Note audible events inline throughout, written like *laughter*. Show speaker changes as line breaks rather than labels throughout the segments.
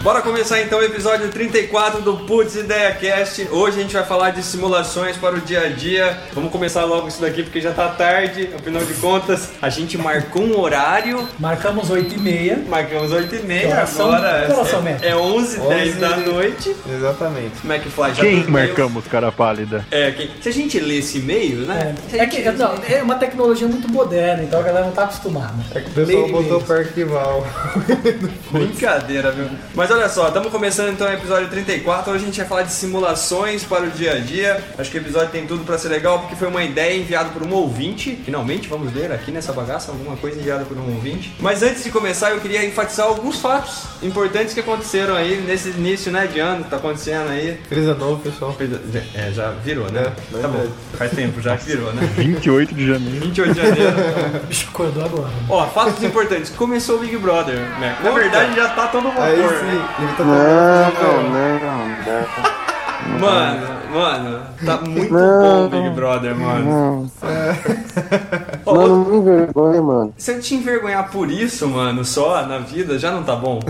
Bora começar então o episódio 34 do Putz Ideia Cast. Hoje a gente vai falar de simulações para o dia a dia. Vamos começar logo isso daqui porque já tá tarde, afinal de contas, a gente marcou um horário,
Marcamos 8 e meia.
marcamos 8 é e
Que
meia
horas são?
agora.
Que horas são, Mac?
é, é 11 10
11,
da noite.
Exatamente.
McFly já
Quem
dormiu.
marcamos, cara pálida?
É, quem- se a gente lê esse e-mail, né?
É, que, não, é uma tecnologia muito moderna, então a galera não tá acostumada.
É que o pessoal
Lady
botou
Mays.
pra arquivar. o- *laughs*
Brincadeira, viu? Mas olha só, estamos começando então o episódio 34. Hoje a gente vai falar de simulações para o dia a dia. Acho que o episódio tem tudo para ser legal, porque foi uma ideia enviada por um ouvinte. Finalmente, vamos ler aqui nessa bagaça alguma coisa enviada por um ouvinte. Mas antes de começar, eu queria enfatizar alguns fatos importantes que aconteceram aí nesse início né, de ano que tá acontecendo aí.
Feliz ano novo, pessoal.
É, já virou, né?
É,
tá bom.
verdade.
Faz tempo já que virou,
*laughs*
né?
28 de janeiro.
28 de janeiro.
O bicho acordou agora.
Ó, fatos importantes. Começou o Big Brother, né? Na verdade, já tá todo vapor,
Aí
né?
sim, ele tá trabalhando.
Mano, mano, tá muito bom o Big Brother, mano. Ô, ô,
Mano, me vergonha, mano.
se eu te envergonhar por isso, mano, só na vida, já não tá bom?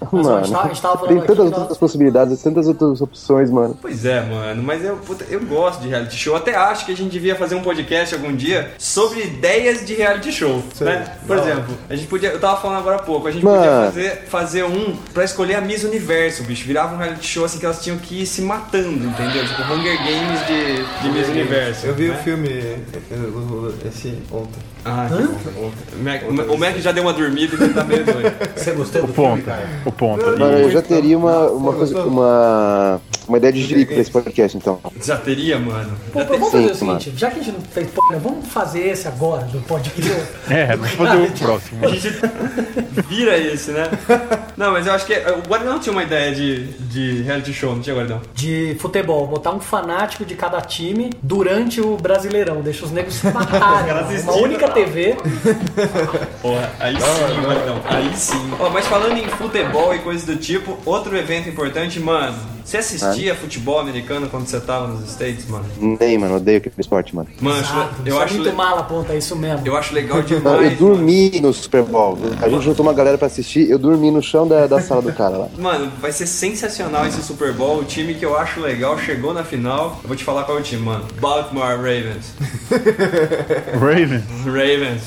só,
Mano,
a gente tava- a gente tava falando
*laughs* tem
aqui então,
tantas
que nós-
outras possibilidades, tantas outras opções, mano.
Pois é, mano, mas eu, puta, eu gosto de reality show. Até acho que a gente devia fazer um podcast algum dia sobre ideias de reality show, né? Por
Não.
exemplo, a gente podia, eu tava falando agora há pouco, a gente
Mano.
podia fazer, fazer um pra escolher a Miss Universo, bicho. Virava um reality show assim que elas tinham que ir se matando, entendeu? Tipo Hunger Games de, de Miss
um
Universo.
Eu vi
né?
o filme eh, o- o- esse ontem. *laughs*
Ah, que bom. O Mac- o Mac já deu uma dormida e tá meio doido.
Você gostou
O
do filme,
ponto.
cara?
O ponto.
Mano, eu
E
já teria uma, uma,
Você
coisa,
gostou?
uma, uma ideia de jirico pra esse podcast, então.
Já teria, mano.
Pô, vamos fazer o
Sim,
seguinte, já que a gente não fez porra, vamos fazer esse agora do podcast. *laughs*
É, vamos fazer o próximo.
A gente vira esse, né? Não, mas eu acho que. eh, O Guardião tinha uma ideia de, de reality show, não tinha Guardião?
De futebol, botar um fanático de cada time durante o Brasileirão, deixa os negros se
*laughs*
matarem.
caras
mano. uma
assistindo.
única TV.
Porra, aí sim, Guardião. Aí sim. Ó, mas falando em futebol e coisas do tipo, outro evento importante, mano. Você assistia futebol americano quando você tava nos States, mano?
Nem, mano, odeio aquele esporte, mano.
Mano,
Exato,
eu
isso é
acho,
muito
le-
mala, ponta, é isso mesmo.
eu acho legal
Mano, Então, eu
demais. mano.
dormi no Super Bowl. A gente juntou uma galera pra assistir, eu dormi no chão da, da sala do cara lá.
Mano, vai ser sensacional esse Super Bowl. O time que eu acho legal chegou na final. Eu vou te falar qual é o time, mano. Baltimore Ravens. *laughs*
Raven.
Ravens.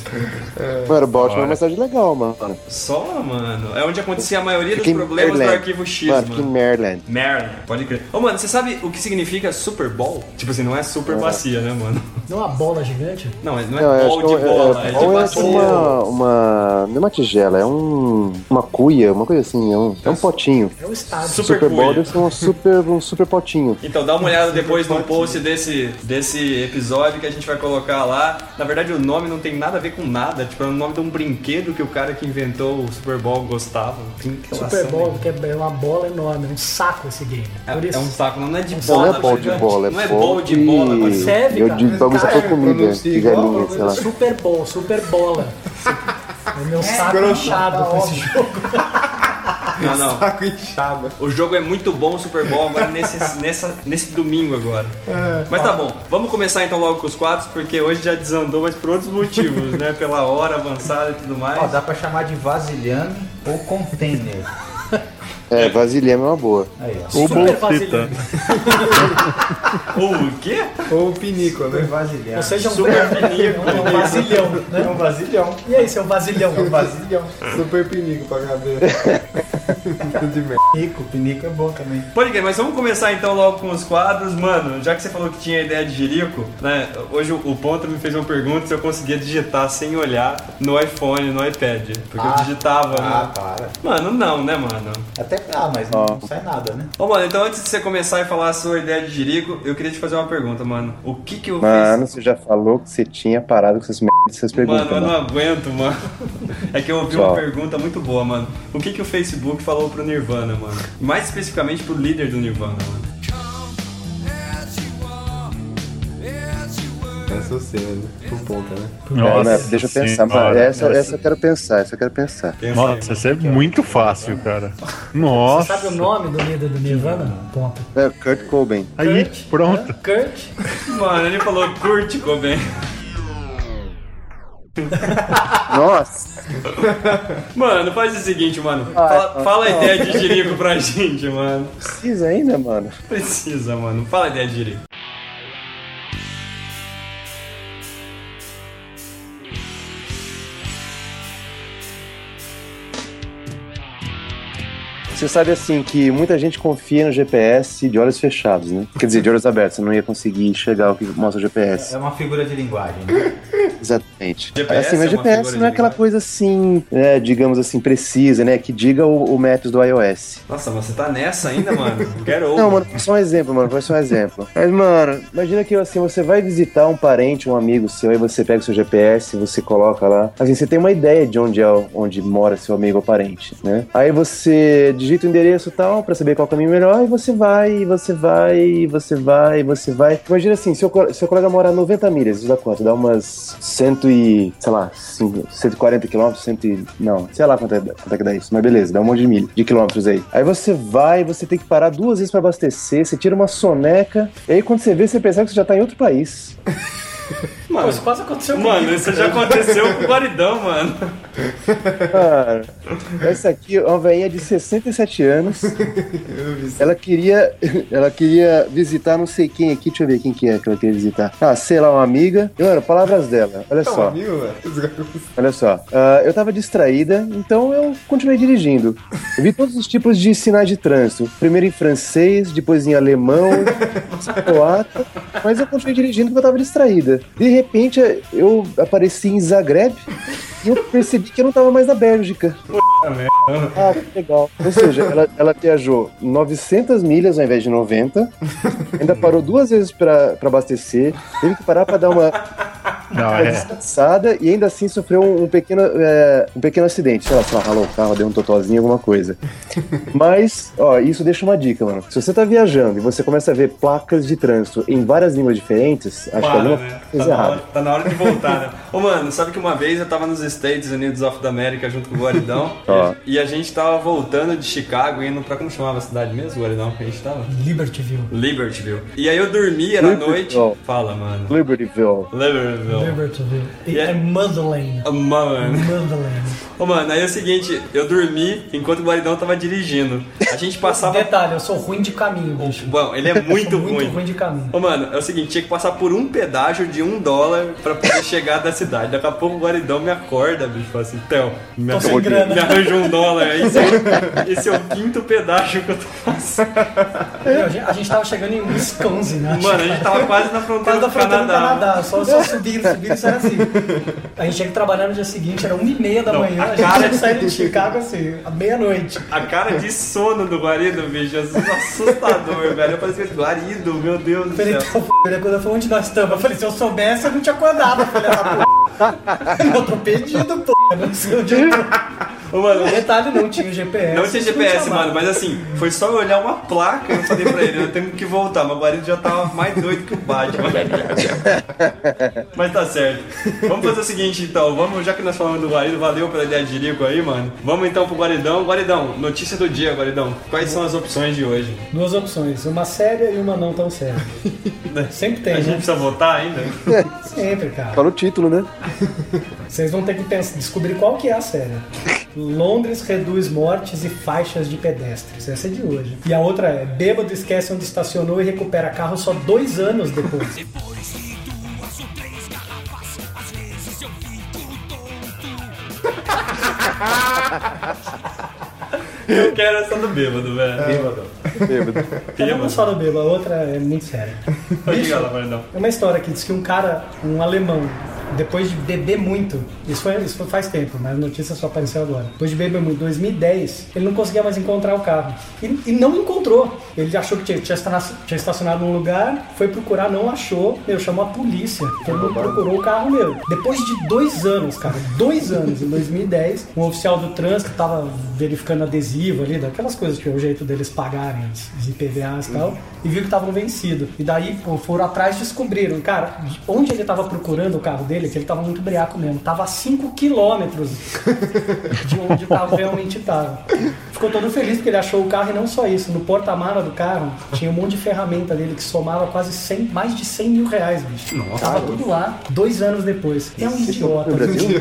Mano, Baltimore é uma cidade legal, mano.
Só, mano. É onde acontecia a maioria dos
Fiquei em
problemas do
Maryland.
arquivo X,
mano.
mano.
fiquei em Maryland.
Maryland, pode crer. Ô, mano, você sabe o que significa Super Bowl? Tipo assim, não é super bacia, né, mano?
Não é uma bola gigante?
Não, não é
Não, eu acho
ball
que é,
de bola, é,
é,
de
ou é
bacia.
assim uma, uma. Não é uma tigela, é um. Uma cuia, uma coisa assim, é um, é um potinho.
É o estádio.
Super,
Super Bowl
cuia.
deve ser um super, um super potinho.
Então dá uma olhada depois no post desse, desse episódio que a gente vai colocar lá. Na verdade o nome não tem nada a ver com nada, tipo, é o nome de um brinquedo que o cara que inventou o Super Bowl gostava. Não Tem
Super
relação
Bowl,
nenhuma.
que é uma bola enorme, é um saco esse game. Por
É,
isso.
é um saco, não é de
Não,
bola.
não é bol de
gigante.
bola, é
Não é
bol
bol de bola, mas
Sério? serve,
Eu
cara.
digo, vamos
Cara,
só comida,
pronuncia
de
igual,
galinha, sei lá.
Super Bowl, Super Bola. O meu saco
grosso,
inchado com esse jogo.
Não, não.
Saco inchado.
O jogo é muito bom, o Super Bowl, agora
*laughs*
nesse, nessa, nesse domingo agora.
É,
Mas tá bom, vamos começar então logo com os quadros, porque hoje já desandou, mas por outros motivos, né?
*laughs*
Pela hora avançada e tudo mais.
Ó, tá. dá pra chamar de vasilhame ou container.
É, vasilhame é uma boa.
Aí, ó.
Ou
Super
bolsita.
vasilhame.
O quê?
Ou o pinico, né?
Foi vasilhame.
Ou seja, um,
Super
um vasilhão, né?
É um vasilhão.
E aí, seu
Tá *laughs*
vasilhão?
*laughs* É um vasilhão.
Super pinico pra *laughs* cabeça. Tudo de merda.
Pinico, pinico é bom também.
Pode crer, mas vamos começar então logo com os quadros. Mano, já que você falou que tinha ideia de Jerico, né? Hoje o, o Ponto me fez uma pergunta se eu conseguia digitar sem olhar no iPhone, no iPad. Porque eu digitava,
Ah,
né?
para.
Mano, não, né, mano?
Até dá, mas não, não sai nada, né?
Ô, mano, então antes de você começar e falar a sua ideia de Jerico, eu queria te fazer uma pergunta, mano. O que que eu fiz?
Mano, você já falou que você tinha parado com essas merdas, essas perguntas,
Mano, eu
mano.
não aguento, mano. É que eu ouvi
Tchau.
uma pergunta muito boa, mano. O que, que o Facebook falou pro Nirvana, mano? Mais especificamente pro líder do Nirvana, mano.
essa cena. Por conta, né?
Nossa
né? Deixa eu pensar.
senhora.
essa, essa eu quero pensar, essa eu quero pensar.
Nossa, essa é muito fácil, cara.
Você
Nossa.
sabe o nome do líder do Nirvana? Ponto.
É, Kurt Cobain.
Aí,
Kurt,
pronto.
Kurt.
Mano, ele falou curte Cobain.
Nossa!
Mano, faz o seguinte, mano. Fala, fala a ideia de Jerico pra gente, mano.
Precisa ainda, mano?
Precisa, mano. Fala a ideia de Jerico.
Você sabe assim que muita gente confia no GPS de olhos fechados, né? Quer dizer, de olhos abertos, você não ia conseguir enxergar o que mostra o
É
GPS.
uma figura de linguagem. né?
*laughs* Exatamente.
GPS
assim, mas
é uma
GPS
figura
não é
de
aquela
linguagem.
coisa assim, é, digamos assim, precisa, né? Que diga o, o Maps do iOS.
Nossa, mas você tá nessa ainda, mano? Quero ouvir.
Não, mano, foi só um exemplo, mano, foi só um exemplo. Mas, mano, imagina que assim, você vai visitar um parente, um amigo seu, aí você pega o seu GPS, você coloca lá. Assim, você tem uma ideia de onde é, o- onde mora seu amigo ou parente, né? Aí você digita o endereço e tal, pra saber qual caminho melhor, e você vai, e você vai, e você vai, e você vai. Imagina assim, seu, co- seu colega mora a 90 milhas, isso dá quanto? Dá umas 100 e, sei lá, cinco- 140 quilômetros, 100 e- não, sei lá quanto é, quanto é que dá isso, mas beleza, dá um monte de milha, de quilômetros aí. Aí você vai, você tem que parar duas vezes pra abastecer, você tira uma soneca, e aí quando você vê, você percebe que você já tá em outro país.
Pô,
Mano,
isso quase aconteceu comigo.
mano, isso já aconteceu com o Guaridão, mano.
Cara, essa aqui é uma velhinha de 67 anos. Ela queria, *laughs* ela queria visitar não sei quem aqui, deixa eu ver quem que é que ela queria visitar. Ah, sei lá, uma amiga. E, mano, palavras dela, olha
É um
só.
amigo, velho. é
Olha só, ah, eu tava distraída, então eu continuei dirigindo. Eu vi todos os tipos de sinais de trânsito. Primeiro em francês, depois em alemão, croata, mas eu continuei dirigindo porque eu tava distraída. De repente, eu apareci em Zagreb e eu percebi que eu não tava mais na Bélgica. Ah, que legal. Ou seja, ela, ela viajou 900 milhas ao invés de 90, ainda parou duas vezes pra pra abastecer, teve que parar pra dar uma
Não,
Ela
é.
descansada e ainda assim sofreu um, um pequeno, é, um pequeno acidente. Sei lá, sei lá, ralou o carro, deu um totozinho, alguma coisa. Mas, ó, isso deixa uma dica, mano. Se você tá viajando e você começa a ver placas de trânsito em várias línguas diferentes, acho que
Para,
alguma
né? Tá
coisa
na, hora,
errada.
tá na hora de voltar, né? Ô, mano, sabe que uma vez eu tava nos Estados Unidos of the America junto com o Guaridão e a-
*laughs* Ó.
e a gente tava voltando de Chicago, indo pra como chamava a cidade mesmo, Guaridão? Que a gente tava?
Libertyville.
Libertyville. E aí eu dormi, era
Libertyville.
noite. Fala, mano.
Libertyville.
Libertyville.
Libertyville. E
Yeah.
é Motherland.
Ah, Mano.
Motherland.
Ô, mano, aí é o seguinte, eu dormi enquanto o Guaridão tava dirigindo. A gente
*laughs*
passava.
Detalhe, eu sou ruim de caminho, bicho.
Bom, ele é
Eu
muito
sou muito
ruim.
ruim de caminho.
Ô, mano, é o seguinte, tinha que passar por um pedágio de um dólar pra
*laughs*
poder chegar da cidade. Daqui a pouco o Guaridão me acorda, bicho. Fala assim, então, me,
Tô sem
arranja-
grana."
me arranja um dólar. aí. Esse é, esse é o quinto pedágio que eu tô
*laughs*
passando.
Meu, a gente- a gente tava chegando em Wisconsin, né?
Mano, a gente tava quase na fronteira
Quase da
do
fronteira do
Canadá.
Canadá, só,
*laughs*
só subindo, subindo, isso era assim. A gente tinha que trabalhar no dia seguinte, era uma e meia da manhã,
a
a gente
cara-
tinha que
*laughs*
sair de Chicago assim, à meia-noite.
A cara de sono do Guarido, bicho, é assustador, velho. Eu parecia Guarido, meu Deus do
Eu falei,
céu.
então, filha, quando eu falei onde nós estamos, eu falei, se eu soubesse, eu não tinha acordado, filha da p***. *laughs* Eu tô perdido, pô. Eu não sei onde eu tô.
Ô, mano,
Detalhe, não tinha GPS.
Não tinha
isso
GPS,
chamava.
mano, mas assim, foi só eu olhar uma placa e eu falei pra ele, eu tenho que voltar, meu marido já tava mais doido que o Batman. mas tá certo. Vamos fazer o seguinte então, vamos, já que nós falamos do Guarido, valeu pela ideia de Rico aí, mano. Vamos então pro Guaridão. Guaridão, notícia do dia, Guaridão. Quais são as opções de hoje?
Duas opções, uma séria e uma não
*laughs*
tão séria. Sempre
A
tem,
gente
né?
precisa votar
*laughs*
ainda?
Sempre, cara.
Tá no título, né?
Vocês vão ter que pens- descobrir qual que é a série. Londres reduz mortes e faixas de pedestres. Essa é de hoje. E a outra é bêbado esquece onde estacionou e recupera carro só dois anos depois.
Eu quero essa do bêbado, velho.
Bêbado.
Eu não um só no bêbado, a outra é muito séria.
Diga lá, Guaridão.
É uma história que diz que um cara, um alemão, depois de beber muito, isso foi, isso foi faz tempo, mas a notícia só apareceu agora. Depois de beber muito, 2010, ele não conseguia mais encontrar o carro. E, e não encontrou. Ele achou que tinha, tinha estana- tinha estacionado num lugar, foi procurar, não achou. Meu, chamou a polícia. Todo mundo procurou o carro meu. Depois de dois anos, cara, dois anos, em 2010, um oficial do trânsito tava verificando adesivo ali, daquelas coisas que é o jeito deles pagarem os os IPVAs e tal, e viu que estavam vencido. E daí, pô, foram atrás e descobriram, cara, de onde ele tava procurando o carro dele, que ele tava muito briaco mesmo, tava a 5 quilômetros de onde tava, realmente tava. Ficou todo feliz porque ele achou o carro e não só isso, no porta-mala do carro tinha um monte de ferramenta dele que somava quase 100, mais de 100 mil reais, bicho. Nossa. Tava tudo lá, dois anos depois. É um idiota, viu?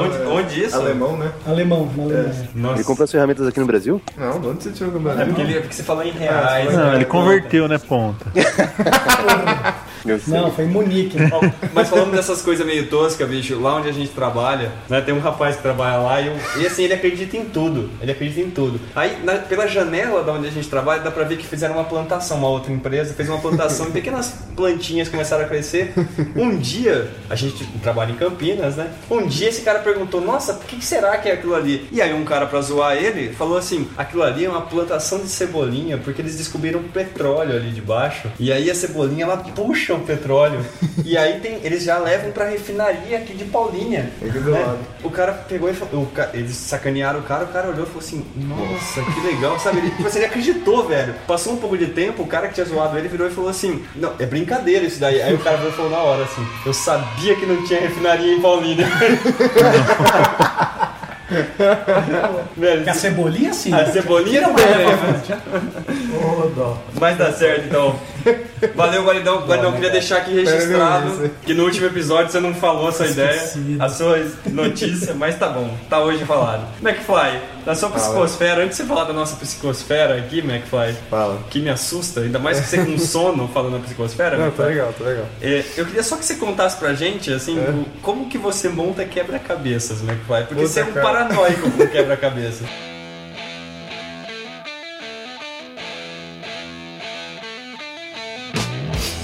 Onde, onde isso?
né? Alemão, né?
Alemão, na Alemanha.
Ele comprou as ferramentas aqui no Brasil?
Não, de onde você tirou o
É
Brasil?
porque, ele- é porque você falou em reais.
Ah, Não, ele converteu, né, ponta?
É.
Eu sei.
Não, foi em
*laughs*
Munique. né?
Mas falando dessas coisas meio toscas, bicho, lá onde a gente trabalha, né, tem um rapaz que trabalha lá e, um- e, assim, ele acredita em tudo. Ele acredita em tudo. Aí, na- pela janela da onde a gente trabalha, dá pra ver que fizeram uma plantação, uma outra empresa fez uma plantação *laughs* e pequenas plantinhas começaram a crescer. Um dia, a gente trabalha um em Campinas, né? Um dia esse cara perguntou, nossa, o que que será que é aquilo ali? E aí um cara, pra zoar ele, falou assim, aquilo ali é uma plantação de cebolinha, porque eles descobriram um petróleo ali de baixo. E aí a cebolinha, ela puxa o petróleo. E aí tem, eles já levam pra refinaria aqui de Paulínia.
Aqui do
né?
lado.
O cara pegou e falou, o ca- eles sacanearam o cara, o cara olhou e falou assim, nossa, que legal, sabe? Ele, tipo assim, ele acreditou, velho. Passou um pouco de tempo, o cara que tinha zoado ele virou e falou assim, não, é brincadeira isso daí. Aí o cara virou e falou na hora assim, eu sabia que não tinha refinaria em Paulínia. *laughs* velho,
Porque a cebolinha, sim.
a cebolinha também,
é,
né?
Ô, dó.
Mas dá certo, então. Valeu, Guaridão. Guaridão, queria
né?
deixar aqui registrado que no último episódio você não falou a sua ideia, a sua notícia, mas tá bom, tá hoje falado. McFly, na sua psicosfera, antes de você falar da nossa psicosfera aqui, McFly,
Fala.
que me assusta, ainda mais que você
*laughs*
com sono falando da psicosfera,
Não, tá
McFly,
legal, tá legal.
é, eu queria só que você contasse pra gente, assim, o- como que você monta quebra-cabeças, McFly, porque
Puta,
você é um
cara.
paranoico com quebra-cabeça.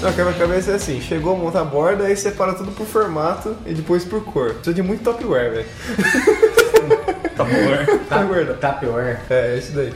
Não, quebra-cabeça é assim, chegou, monta a borda, aí separa tudo por formato e depois por cor. Precisa de muito topware, velho.
Tá *laughs* bom,
Tá gorda.
Tupperware.
É, é isso daí.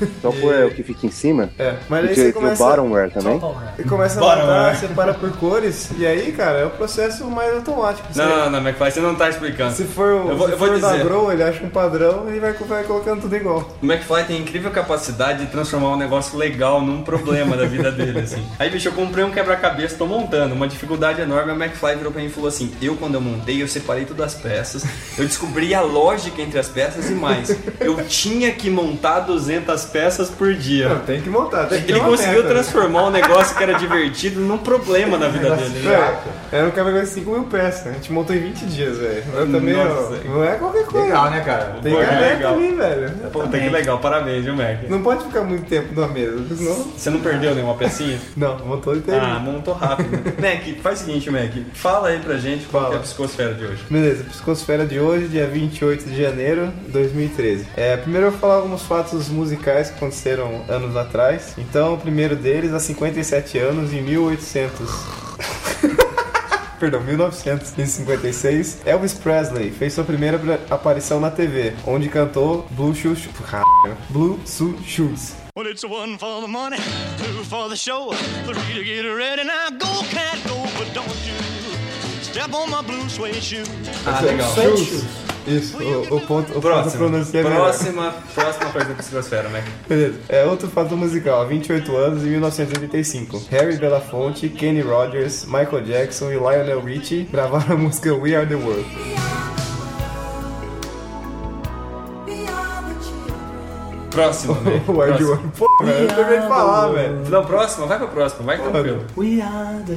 Então foi é o que fica em cima?
É. Mas
E
aí
tinha
você
aqui o
começa...
bottomware
Tá
também?
E começa a
Bora,
montar,
mano.
separa por cores, e aí, cara, é o processo mais automático. Você-
Não, não, não, McFly, você não tá explicando.
Se for, o-
Eu vou-
se
eu vou
for da
dizer.
Grow, ele acha um padrão e vai, vai colocando tudo igual.
O McFly tem a incrível capacidade de transformar um negócio legal num problema da vida dele, *laughs* assim. Aí, bicho, eu comprei um quebra-cabeça, tô montando, uma dificuldade enorme. A McFly virou pra mim e falou assim: Eu, quando eu montei, eu separei todas as peças, eu descobri a lógica entre as peças e mais. Eu tinha que montar 200 peças por dia.
Não, tem que montar, tem que ter
Ele
uma
conseguiu
meta, né?
transformar um negócio que era divertido num problema na vida dele.
né? É, Era um caminhão de 5 mil peças, né? a gente montou em 20 dias, velho. Mas também, ó,
Nossa.
não é qualquer coisa.
Legal, né, cara?
Tem que
Pô, é
meta
legal.
ali, velho.
Puta que legal, parabéns, viu, Mac?
Não pode ficar muito tempo numa mesa, porque senão...
Você não perdeu nenhuma pecinha?
Não, montou inteiro.
Ah, montou rápido. *laughs* Mac, faz o seguinte, Mac. Fala aí pra gente qual
Fala.
que é a psicosfera de hoje.
Beleza, psicosfera de hoje, dia 28 de janeiro de 2013. É, primeiro eu vou falar alguns fatos musicais que aconteceram anos atrás. Então, o primeiro deles, há 57 anos, em 1800. *laughs* Perdão, 1956, Elvis Presley fez sua primeira apra- aparição na TV, onde cantou Blue Shoes Caralho. Blue Su- Shoes.
Well, it's one for the money, two for the show, three to get ready. Now go, cat, go, but don't you step on my blue suede shoe.
Ah, legal.
Shoes. Isso, o, o ponto, o ponto eu
Próxima.
pronunciei melhor.
Próxima, próxima coisa da psicosfera, Mac.
Beleza. É outro fato musical. Há 28 anos, em 1985. Harry Belafonte, Kenny Rogers, Michael Jackson e Lionel Richie gravaram a música We Are The World. *laughs*
*laughs* Próxima, Mac.
We Are The
Próxima.
World. Pô, velho, eu terminei de falar, velho.
Não, próxima, vai pra próxima, vai tranquilo.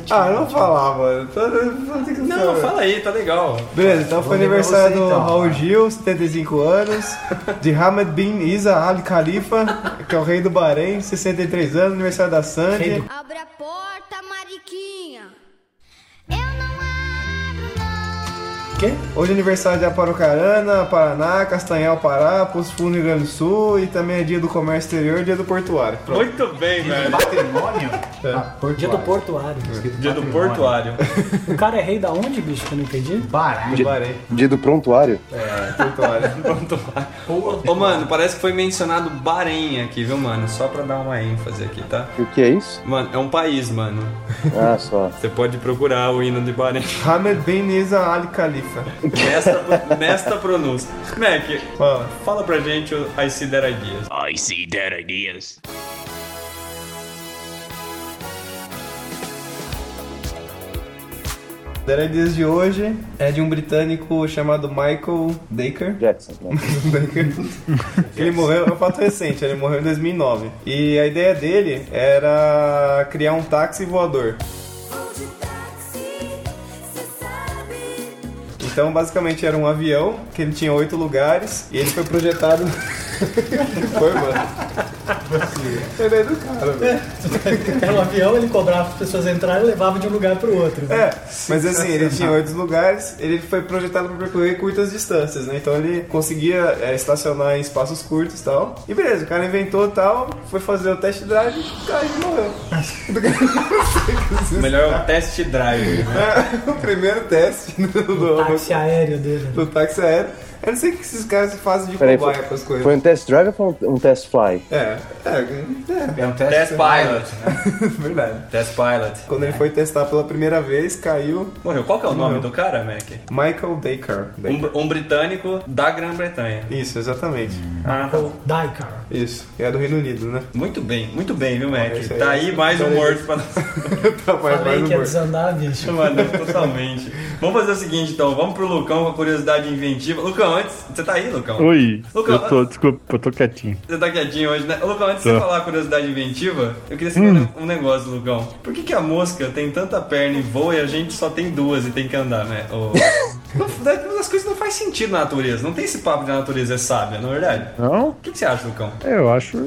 Ah, eu não falar, mano. Tô- tô- tô- tô-
Não, fala aí, tá legal.
Beleza, então foi
ligar
aniversário
você,
do
então.
Raul Gil, 75 anos. De Hamad bin Isa Al Khalifa, que é o rei do Bahrein, 63 anos. Aniversário da Sandy.
Abre a porta, Mariquinha. Eu não abro, não.
quê?
Hoje é aniversário de Aparucarana, Paraná, Castanhal, Pará, Poço Fundo, Rio Grande do Sul e também é dia do comércio exterior e dia do portuário. Pronto.
Muito bem, velho.
Patrimônio?
Dia do portuário.
Dia do portuário.
O cara é rei da onde, bicho? Que eu não entendi.
Pará.
Do Bahrein.
Dia do prontuário.
É, portuário.
Ô, mano, parece que foi mencionado Bahrein aqui, viu, mano? Só pra dar uma ênfase aqui, tá?
E o que é isso?
Mano, é um país, mano.
Ah, só.
Você pode procurar o hino de Bahrein. *laughs*
Hamed Ben Isa Al Khalifa.
Nesta, nesta pronúncia. Mac,
Fala.
fala pra gente o I See That Ideas.
I see dead ideas.
Dera Dias de hoje é de um britânico chamado Michael Dacre.
Jackson, né?
ele morreu, é um fato recente, ele morreu em 2009. E a ideia dele era criar um táxi voador. Então, basicamente, era um avião que ele tinha oito lugares e ele foi projetado. *laughs* foi, mano. Ele é do cara, velho.
Era um avião, ele cobrava as pessoas entrarem e levava de um lugar pro outro.
É, mas assim, ele tinha oito lugares, ele foi projetado para percorrer curtas distâncias, né? Então ele conseguia é, estacionar em espaços curtos e tal. E beleza, o cara inventou tal, foi fazer o test drive, caiu e morreu. *laughs*
Melhor é o test drive. né?
É, o primeiro teste *laughs* do,
O
do,
táxi aéreo dele.
do táxi aéreo. Eu não sei o que esses caras fazem de
Peraí,
cobaia
foi-
pras coisas.
Foi um test drive ou foi um, um test fly?
É, é,
É um
*laughs* Test
teste.
Pilot.
é, verdade.
Test Pilot.
Quando ele foi testar pela primeira vez, caiu
Morreu. Qual que é o nome do
Morreu.
cara, Mac?
Michael Dacre. Dacre.
Um, um britânico da Grã-Bretanha.
Isso, exatamente.
Ah,
Ou Daikar.
Isso. É do Reino Unido, né? *laughs*
muito bem, muito bem, viu, Mac?
É isso aí.
Tá aí mais um
Pera aí.
morto pra nós.
tá mais,
Falei
mais
que é ia
humor.
desandar, bicho.
Mano, *laughs* totalmente. Vamos fazer o seguinte, então. Vamos pro Lucão com a curiosidade inventiva. Lucão, antes... Você tá aí, Lucão?
Oi,
Ô,
eu tô, desculpa, eu tô quietinho.
Você tá quietinho hoje, né? Ô, Lucão, antes de
Tô. Hum.
você falar a curiosidade inventiva, eu queria saber um negócio, Lucão. Por que, que a mosca tem tanta perna e voa e a gente só tem duas e tem que andar, né?
*laughs*
Ô, não- As coisas não faz sentido na natureza. Não tem esse papo de a natureza é sábia, não é verdade?
Não?
O que, que você acha, Lucão?
Eu acho.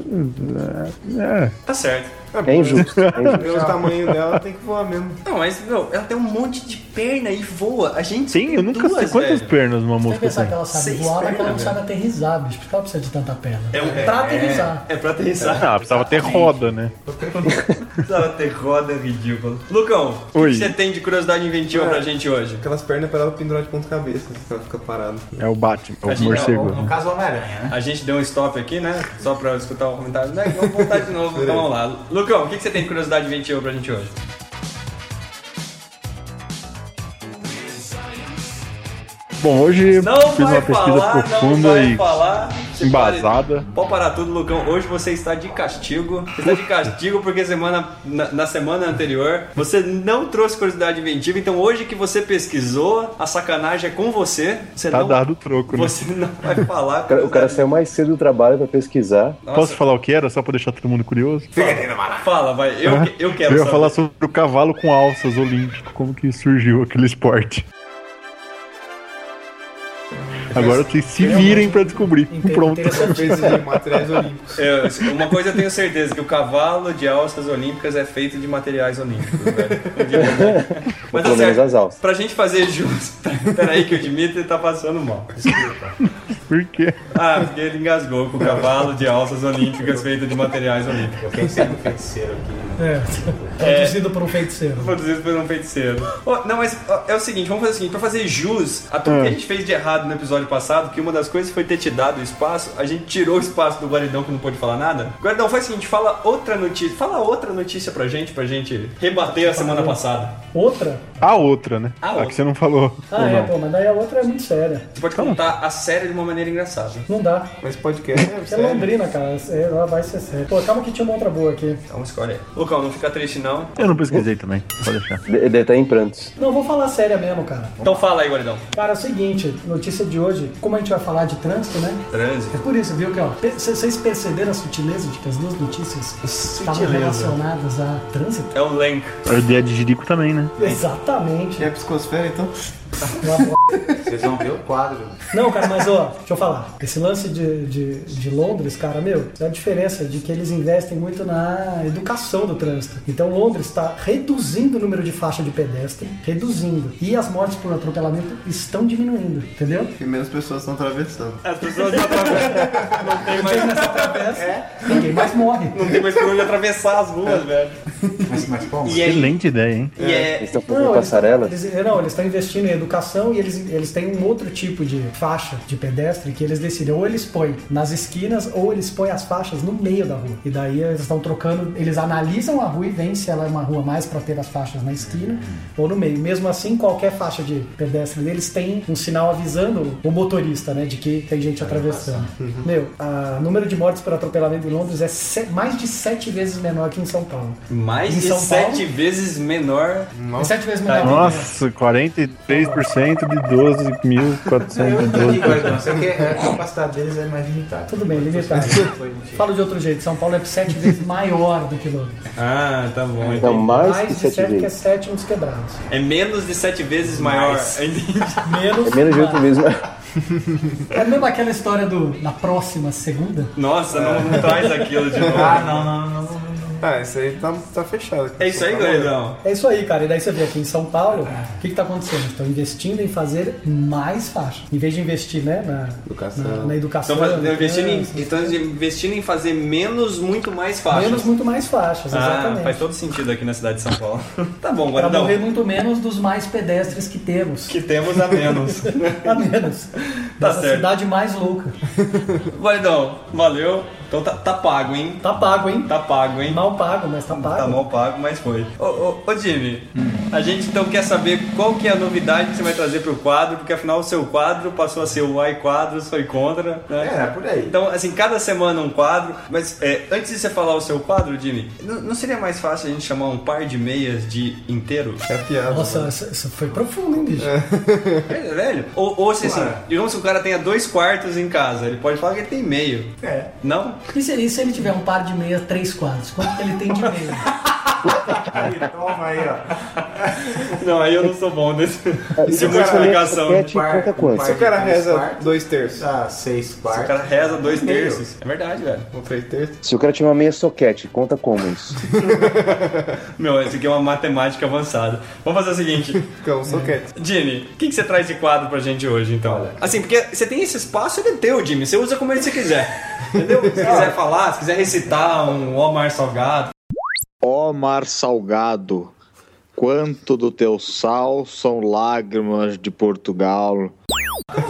É. é.
Tá certo.
É injusto. É
*laughs*
injusto.
Pelo tamanho dela, tem que voar mesmo.
Não, mas, meu, ela tem um monte de perna e voa. A gente
Tem, eu nunca sei
duas,
quantas
velho.
pernas uma
Você vai
mosca
pensar
tem.
é que ela sabe
Seis
voar, mas que ela não
pernas,
sabe aterrizar, bicho. Por que ela precisa de tanta perna?
É, um-
pra
é-
aterrizar.
É, pra aterrissar.
Ah, precisava ter roda, né?
Precisava ter roda ridícula. Lucão, o que
Oi.
que você tem de curiosidade inventiva
É.
pra gente hoje?
Aquelas pernas pra ela pendurar de ponta cabeça, que ela fica parada.
É o Batman, é
A
o
gente-
morcego.
No caso, o Homem-Aranha, né?
A gente deu um stop aqui, né? Só pra escutar o comentário. Né? Vamos voltar de novo, então vamos lá. Lucão, o que que você tem de curiosidade inventiva pra gente hoje?
Bom, hoje
Não
fiz
vai
uma pesquisa
falar, não
profunda
vai
e
falar. Você
embasada.
pode- Pode parar tudo, Lucão. Hoje você está de castigo. Você está de castigo porque semana, na, na semana anterior você não trouxe curiosidade inventiva. Então hoje que você pesquisou, a sacanagem é com você. Você
tá
não,
dado o troco, né?
Você não vai falar.
O cara, o cara saiu mais cedo do trabalho pra pesquisar.
Nossa.
Posso falar o que era, só pra deixar todo mundo curioso? É.
Fala, vai. Eu, que- eu quero
Eu ia
saber.
falar sobre o cavalo com alças olímpico, como que surgiu aquele esporte. Agora vocês se virem pra descobrir.
Inter-
é.
*laughs*
Pronto.
Interessante.
Fez de materiais olímpicos.
Eu- uma coisa eu tenho certeza, que o cavalo de alças olímpicas é feito de materiais olímpicos, velho. Eu digo, Mas tá
Pelo menos as
certo.
alças.
Pra gente fazer justo, *laughs* peraí que o Dimitri tá passando mal.
Por quê?
Ah, porque ele engasgou com o cavalo de alças olímpicas feito de materiais olímpicos.
Eu pensei no feiticeiro aqui.
É. Traduzido por um feiticeiro.
Produzido por um feiticeiro. Ó, não, mas ó, é o seguinte, vamos fazer o seguinte, pra fazer jus a tudo que
É.
a gente fez de errado no episódio passado, que uma das coisas foi ter te dado o espaço, a gente tirou o espaço do Guaridão que não pôde falar nada. Guaridão, faz o seguinte, fala outra notícia, fala outra notícia pra gente, pra gente rebater a semana passada.
Outra?
A outra, né?
A
A,
outra.
que você não falou.
Ah,
ou
é,
não.
pô, mas daí a outra é muito séria.
Você pode contar a série de uma maneira engraçada. Então,
Não dá.
Mas podcast é
É
sério.
Londrina, cara. É, Ela vai ser séria. Pô, calma que tinha uma outra boa aqui.
Então escolhe aí. Lucão, não fica triste não.
Eu não pesquisei também. Pode deixar.
De- Deve estar em prantos.
Não, vou falar séria mesmo, cara.
Então fala aí, Guaridão.
Cara, é o seguinte, notícia de hoje, como a gente vai falar de trânsito, né?
Trânsito.
É por isso, viu, que ó, pe- c- vocês perceberam a sutileza de que as duas notícias estavam relacionadas a trânsito?
É um lenk.
A ideia de Jirico também, né?
Exatamente.
É a psicosfera, então?
Uma bo-
Vocês vão ver o quadro.
Não, cara, mas ó, deixa eu falar. Esse lance de, de, de Londres, cara, meu, é a diferença de que eles investem muito na educação do trânsito. Então Londres está reduzindo o número de faixa de pedestre, reduzindo. E as mortes por atropelamento estão diminuindo, entendeu?
Porque menos pessoas estão atravessando.
As pessoas não atravessam. Não tem mais,
Ninguém mais morre.
não tem mais por onde atravessar as ruas, velho.
É. Mas, mas como?
E é,
Excelente ideia, hein?
e é,
Eles estão fazendo
eles-
passarelas?
Eles, eh, não, eles estão investindo em educação e eles, eles têm um outro tipo de faixa de pedestre que eles decidem. Ou eles põem nas esquinas ou eles põem as faixas no meio da rua. E daí eles estão trocando, eles analisam a rua e veem se ela é uma rua mais para ter as faixas na esquina ou no meio. Mesmo assim, qualquer faixa de pedestre deles tem um sinal avisando o motorista, né, de que tem gente atravessando. Meu, o número de mortes por atropelamento em Londres é se- mais de sete vezes menor que em São Paulo.
mais
Em
de
São Paulo?
sete vezes menor.
É sete vezes
Tá
menor.
Nossa, 43% de 12.412.
Gordão, só que a capacidade deles é mais limitada.
Tudo bem, limitado.
Foi mentira.
Falo de outro jeito, São Paulo é sete vezes *laughs* maior do que Londres.
Ah, tá bom.
Então, mais,
Mais
que
de
sete
sete que é
vezes.
sete uns quebrados.
É menos de sete vezes maior. Entendi.
Menos.
É menos de
Ah.
oito vezes. mas-
É mesmo aquela história do na próxima segunda?
*laughs* Nossa, não, não traz aquilo de novo.
Ah, não, não, não, não. não.
Ah, isso aí tá, tá fechado.
É isso aí,
Tá bom.
Gordão.
É isso aí, cara. E daí você vê aqui em São Paulo, o que, que tá acontecendo? Estão investindo em fazer mais faixa. Em vez de investir, né, na
Educação.
na, na educação. né?
Estão fazendo-
no
investindo em,
trânsito,
estão investindo em fazer menos, muito mais fácil.
menos muito mais faixas,
Ah,
exatamente.
faz todo sentido aqui na cidade de São Paulo. *laughs* tá bom,
Para
Gordão.
morrer muito menos dos mais pedestres que temos. *laughs*
Que temos a *laughs* menos.
A menos.
Tá
Dessa
certo.
cidade mais louca.
Guardão, valeu. Então tá, tá pago, hein?
Tá pago, hein?
Tá pago, hein?
Mal pago, mas tá pago.
Tá mal pago, mas foi. Ô, ô, ô Jimmy, a gente então quer saber qual que é a novidade que você vai trazer pro quadro, porque afinal o seu quadro passou a ser o Ai Quadros, foi contra, né?
É, por aí.
Então, assim, cada semana um quadro, mas é, antes de você falar o seu quadro, Jimmy, n- não seria mais fácil a gente chamar um par de meias de inteiro?
É piada.
Nossa,
mano.
isso isso foi profundo, hein, bicho?
É, velho? Ou, ou se assim,
Claro.
digamos que o cara tenha dois quartos em casa, ele pode falar que ele tem meio.
É.
Não?
E se, e se ele tiver um par de meia, três quadros? Quanto que ele tem de meia? *laughs*
Aí, toma aí, ó.
Não, aí eu não sou bom nesse. tipo
Isso
De
é
multiplicação.
basquete,
Par-
conta quanto?
Se o cara
Três
reza
quartos.
dois terços
Dá seis
Se o
quartos.
cara reza dois
Meio.
terços. É verdade, velho.
ou um três terços,
Se o cara tiver uma meia soquete, conta como isso?
Meu, esse aqui é uma matemática avançada. Vamos fazer o seguinte,
fica um soquete.
Jimmy, o que, que você traz de quadro pra gente hoje, então? Assim, porque você tem esse espaço, ele é teu, Jimmy. Você usa como ele você quiser. Entendeu? Se quiser falar, se quiser recitar um Omar Salgado.
Ó mar salgado, quanto do teu sal são lágrimas de Portugal.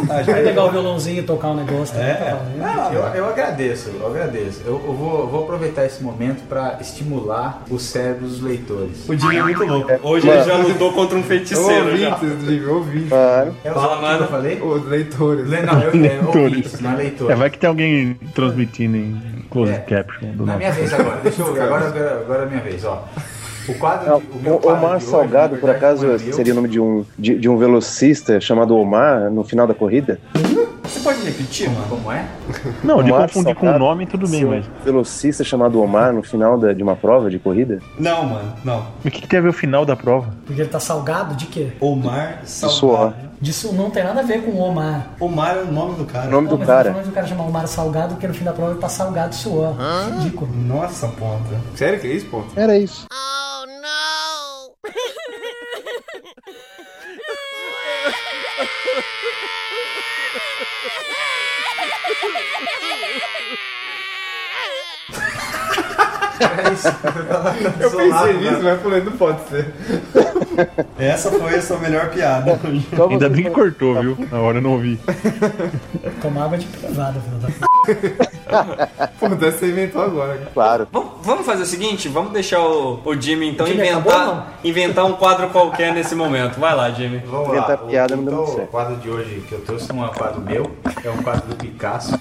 Vai pegar o violãozinho e tocar um negócio. tá? Tá valendo.
Não, eu, eu agradeço, eu agradeço. Eu, eu vou, eu vou aproveitar esse momento pra estimular o cérebro dos leitores.
O Jimmy é muito louco. Hoje ele já lutou contra um
Eu
feiticeiro.
ouvi,
já.
inclusive, ouvi.
Claro.
É o
Fala,
que
mano.
eu falei?
Os leitores.
Le- Não, eu, é, ouvintes, não é leitor.
É, vai que tem alguém transmitindo em closed
É.
caption
Tá
do
Na
nosso.
minha vez agora, deixa eu ver. Agora, agora, agora é a minha vez, ó. O quadro.
Não,
de- o meu
É, o
quadro
Omar
de hoje,
Salgado,
na
por
verdade,
acaso,
não é meu.
seria o nome de um, de, de um velocista chamado Omar no final da corrida?
Você pode repetir, mano?
Como é?
Não, de
Omar
confundir com o
Salgado?
nome, tudo bem,
Ser um
mas.
velocista chamado Omar no final da- de uma prova de corrida?
Não, mano, não.
O que, que tem a ver o final da prova?
Porque ele tá salgado de quê?
Omar
suor.
Salgado.
Disso não tem nada a ver com o Omar.
Omar é o nome do
O
cara.
nome
Não,
do
mas Eu tô
cara.
falando de o cara chamar Omar salgado porque no fim da prova ele tá salgado de suor. Ridículo.
Nossa, ponta.
Sério que é isso, pô?
Era isso.
É Eu pensei nisso,
né?
mas falei, não pode ser.
Essa foi a sua melhor piada.
Só
Ainda
Então você Tá
bem que
falar-
cortou, viu? Na hora eu não ouvi.
Tomar água de privada, filho da p.
Pô, deve ser inventou agora. cara.
Claro.
Vamos vamos fazer o seguinte? Vamos deixar o, o Jimmy, então,
Jimmy,
inventar,
acabou, não?
inventar um quadro qualquer nesse momento. Vai lá, Jimmy.
Vamos
Tentar
lá.
piada,
o,
não deu
então,
muito certo.
o quadro de hoje que eu trouxe não é um quadro meu, é um quadro do Picasso.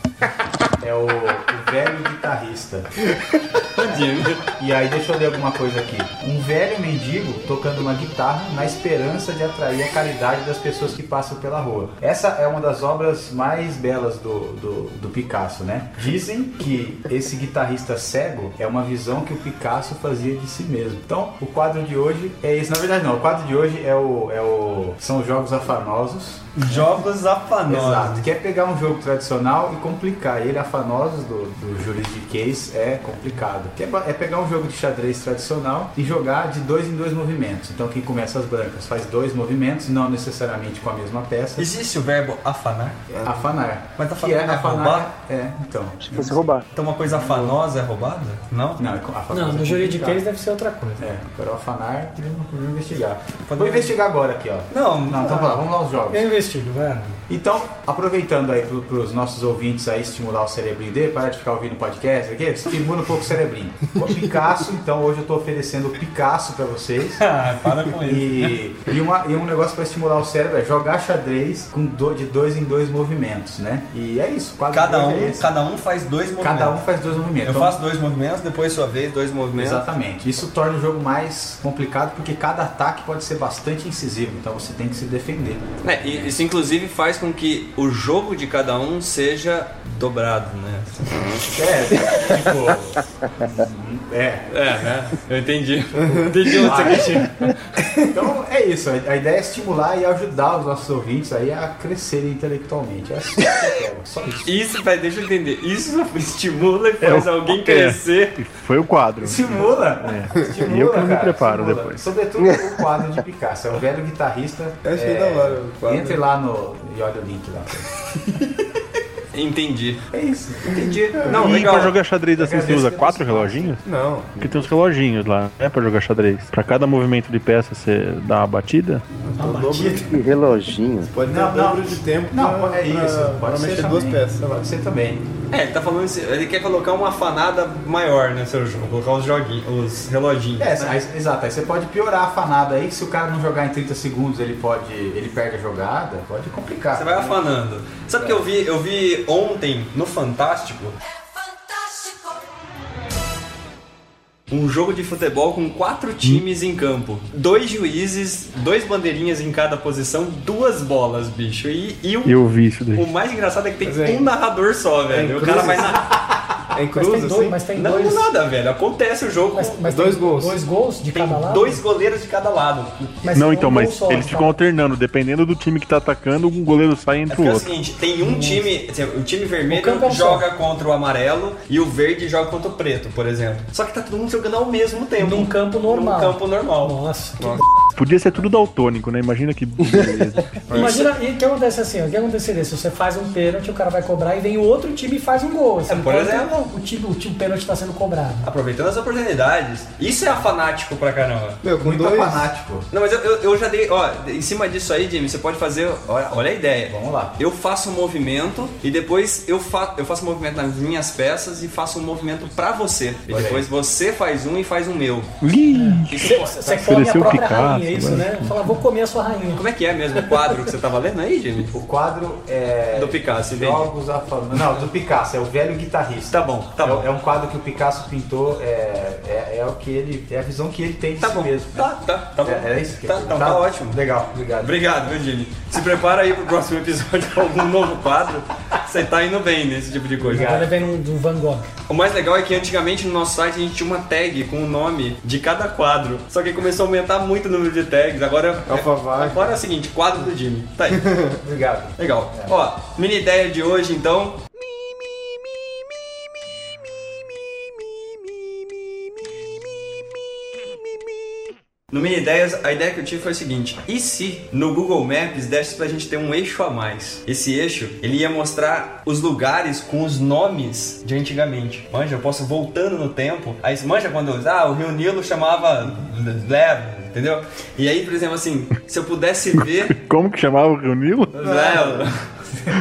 É o, o velho guitarrista. E aí, deixa eu ler alguma coisa aqui. Um velho mendigo tocando uma guitarra na esperança de atrair a caridade das pessoas que passam pela rua. Essa é uma das obras mais belas do, do, do Picasso, né? Dizem que esse guitarrista cego é uma visão que o Picasso fazia de si mesmo. Então, o quadro de hoje é esse. Na verdade, não. O quadro de hoje é o, é o... são os Jogos Afanosos.
*laughs* Jogos afanosos.
Exato. Quer pegar um jogo tradicional e complicar ele, afanosos do, do juridiquês, é complicado. Quer ba- é pegar um jogo de xadrez tradicional e jogar de dois em dois movimentos. Então quem começa as brancas faz dois movimentos, não necessariamente com a mesma peça. é
Existe o verbo afanar?
Afanar.
Mas
que
afanar
é
não é
afanar?
roubar?
É, então.
Você roubar.
Então uma coisa afanosa é roubada? Não?
Não, é com- afanar
Não,
é
no
complicado.
juridiquês deve ser outra coisa.
É, agora o afanar, eu não vou investigar. Vou
Podemos-
investigar agora aqui, ó.
um- Não, É,
Não, então vamos lá, vamos lá os jogos.
Eu investigo, vai.
Então, aproveitando aí para os nossos ouvintes aí estimular o cerebrinho dele, para de ficar ouvindo podcast aqui, estimula um pouco o cerebrinho. O Picasso, então hoje eu tô oferecendo o Picasso para vocês.
*laughs* Ah, para com isso.
E, e, uma- e um negócio para estimular o cérebro é jogar xadrez com do- de dois em dois movimentos, né? E é isso. o quadro
Cada
de hoje é
um,
esse.
cada um faz dois movimentos.
Cada um faz dois movimentos.
Eu
Então,
faço dois movimentos, depois sua vez, dois movimentos.
Exatamente. Isso torna o jogo mais complicado porque cada ataque pode ser bastante incisivo, então você tem que se defender.
É, e isso inclusive faz com que o jogo de cada um seja dobrado, né?
É, *laughs* tipo. É,
É, né? Eu entendi. entendi onde você quer chegar.
Então é isso, a ideia é estimular e ajudar os nossos ouvintes aí a crescerem intelectualmente. É só isso que eu quero, só isso.
Isso, peraí, deixa eu entender. Isso *laughs* estimula e faz
É,
alguém
é.
crescer.
E foi o quadro.
Estimula! É. Estimula,
E eu que me
cara,
preparo
estimula.
depois.
Sobretudo o quadro de Picasso, é um velho guitarrista.
Eu achei
é,
da hora o quadro.
Entre lá no. e olha o link lá.
Entendi.
É isso.
Entendi. Não,
e
legal.
pra jogar xadrez assim, você
Agradeço
usa
pelo
quatro
espaço.
reloginhos?
Não.
Porque tem uns reloginhos lá, é pra jogar xadrez. Pra cada movimento de peça você dá uma batida.
O dobro,
Que reloginho.
pode ter
Não,
o
não.
dobro de tempo.
Não,
pra-
é isso.
pra-
Pode
pra
ser
mexer
também.
duas peças.
Pode ser também.
É, ele tá falando assim, ele quer colocar uma afanada maior no seu jogo, colocar os joguinhos, os reloginhos.
É, aí- exato. Aí você pode piorar a afanada aí, que se o cara não jogar em 30 segundos, ele pode. ele perde a jogada, pode complicar.
Você vai afanando. Sabe o que eu vi? Eu vi ontem no Fantástico um jogo de futebol com quatro times em campo. Dois juízes, dois bandeirinhas em cada posição, duas bolas, bicho. E, e o,
Eu vi isso daí.
o mais engraçado é que tem
Mas é-
um narrador só, velho. o cara vai na...
É
Mas tem
incluso,
dois,
assim?
mas tem
Não,
dois.
nada, velho. Acontece o jogo.
Mas, mas
Dois
tem
gols.
Dois gols de
tem
cada lado?
dois goleiros de cada lado.
Mas
Não,
tem um
então,
gol
mas
só,
eles
tá?
ficam alternando. Dependendo do time que tá atacando, um goleiro sai
É
entre o
porque é o
outro.
seguinte, tem um time, assim, o time
O campo é
vermelho
um
joga contra o amarelo e o verde joga contra o preto, por exemplo. Só que tá todo mundo jogando ao mesmo tempo.
Num campo normal.
Num campo normal.
Nossa, que
Podia ser tudo daltônico, né? Imagina que beleza.
É
Imagina, e o que acontece assim, o que aconteceria se você faz um pênalti, o cara vai cobrar e vem o outro time e faz um gol. Assim,
É, por
enquanto
exemplo. Ah,
o time, o time pênalti está sendo cobrado.
Aproveitando as oportunidades. Isso é afanático pra caramba.
Meu, com
Muito
dois.
fanático.
Não, mas eu, eu, eu já dei, ó, em cima disso aí, Jimmy, você pode fazer, olha, olha a ideia.
Vamos lá.
Eu faço um movimento e depois eu, fa eu faço um movimento nas minhas peças e faço um movimento pra você. E
Olha aí.
depois você faz um e faz um meu.
Ih,
Isso pode-
Você come a
Ofereceu o
própria
Picasso,
rainha, é isso,
mano.
né? Fala, vou comer a sua rainha.
Como é que é mesmo o quadro que você tava lendo aí, Jimmy?
O quadro é.
Do Picasso, entende?
Jogos afanosos. Não, do Picasso, é o velho guitarrista.
Tá bom, tá
É o-
bom.
É, um quadro que o Picasso pintou, é, é, é o que ele. É a visão que ele tem de
Tá
si
bom.
mesmo.
Tá, tá, tá bom.
É, era isso que eu
tá,
ia
tá,
perguntar?
tá ótimo.
Legal, obrigado.
Obrigado, viu, Jimmy? Se prepara aí pro próximo episódio com algum novo quadro. Você tá indo bem nesse tipo de coisa.
Agora vem um, do Van Gogh.
O mais legal é que antigamente no nosso site a gente tinha uma tag com o nome de cada quadro. Só que começou a aumentar muito o número de tags. Agora é,
Alphaville.
agora é o seguinte, quadro do Jimmy. Tá
*laughs*
aí.
Obrigado.
Legal. Ó, mini ideia de hoje então. No Mini Ideias, a ideia que eu tive foi o seguinte: e se no Google Maps desse pra gente ter um eixo a mais? Esse eixo, ele ia mostrar os lugares com os nomes de antigamente. Manja, eu posso voltando no tempo. Aí, manja, quando eu. Ah, o Rio Nilo chamava. Levo,
*laughs*
entendeu? E aí, por exemplo, assim, se eu pudesse ver.
como que chamava o Nilo?
Léo,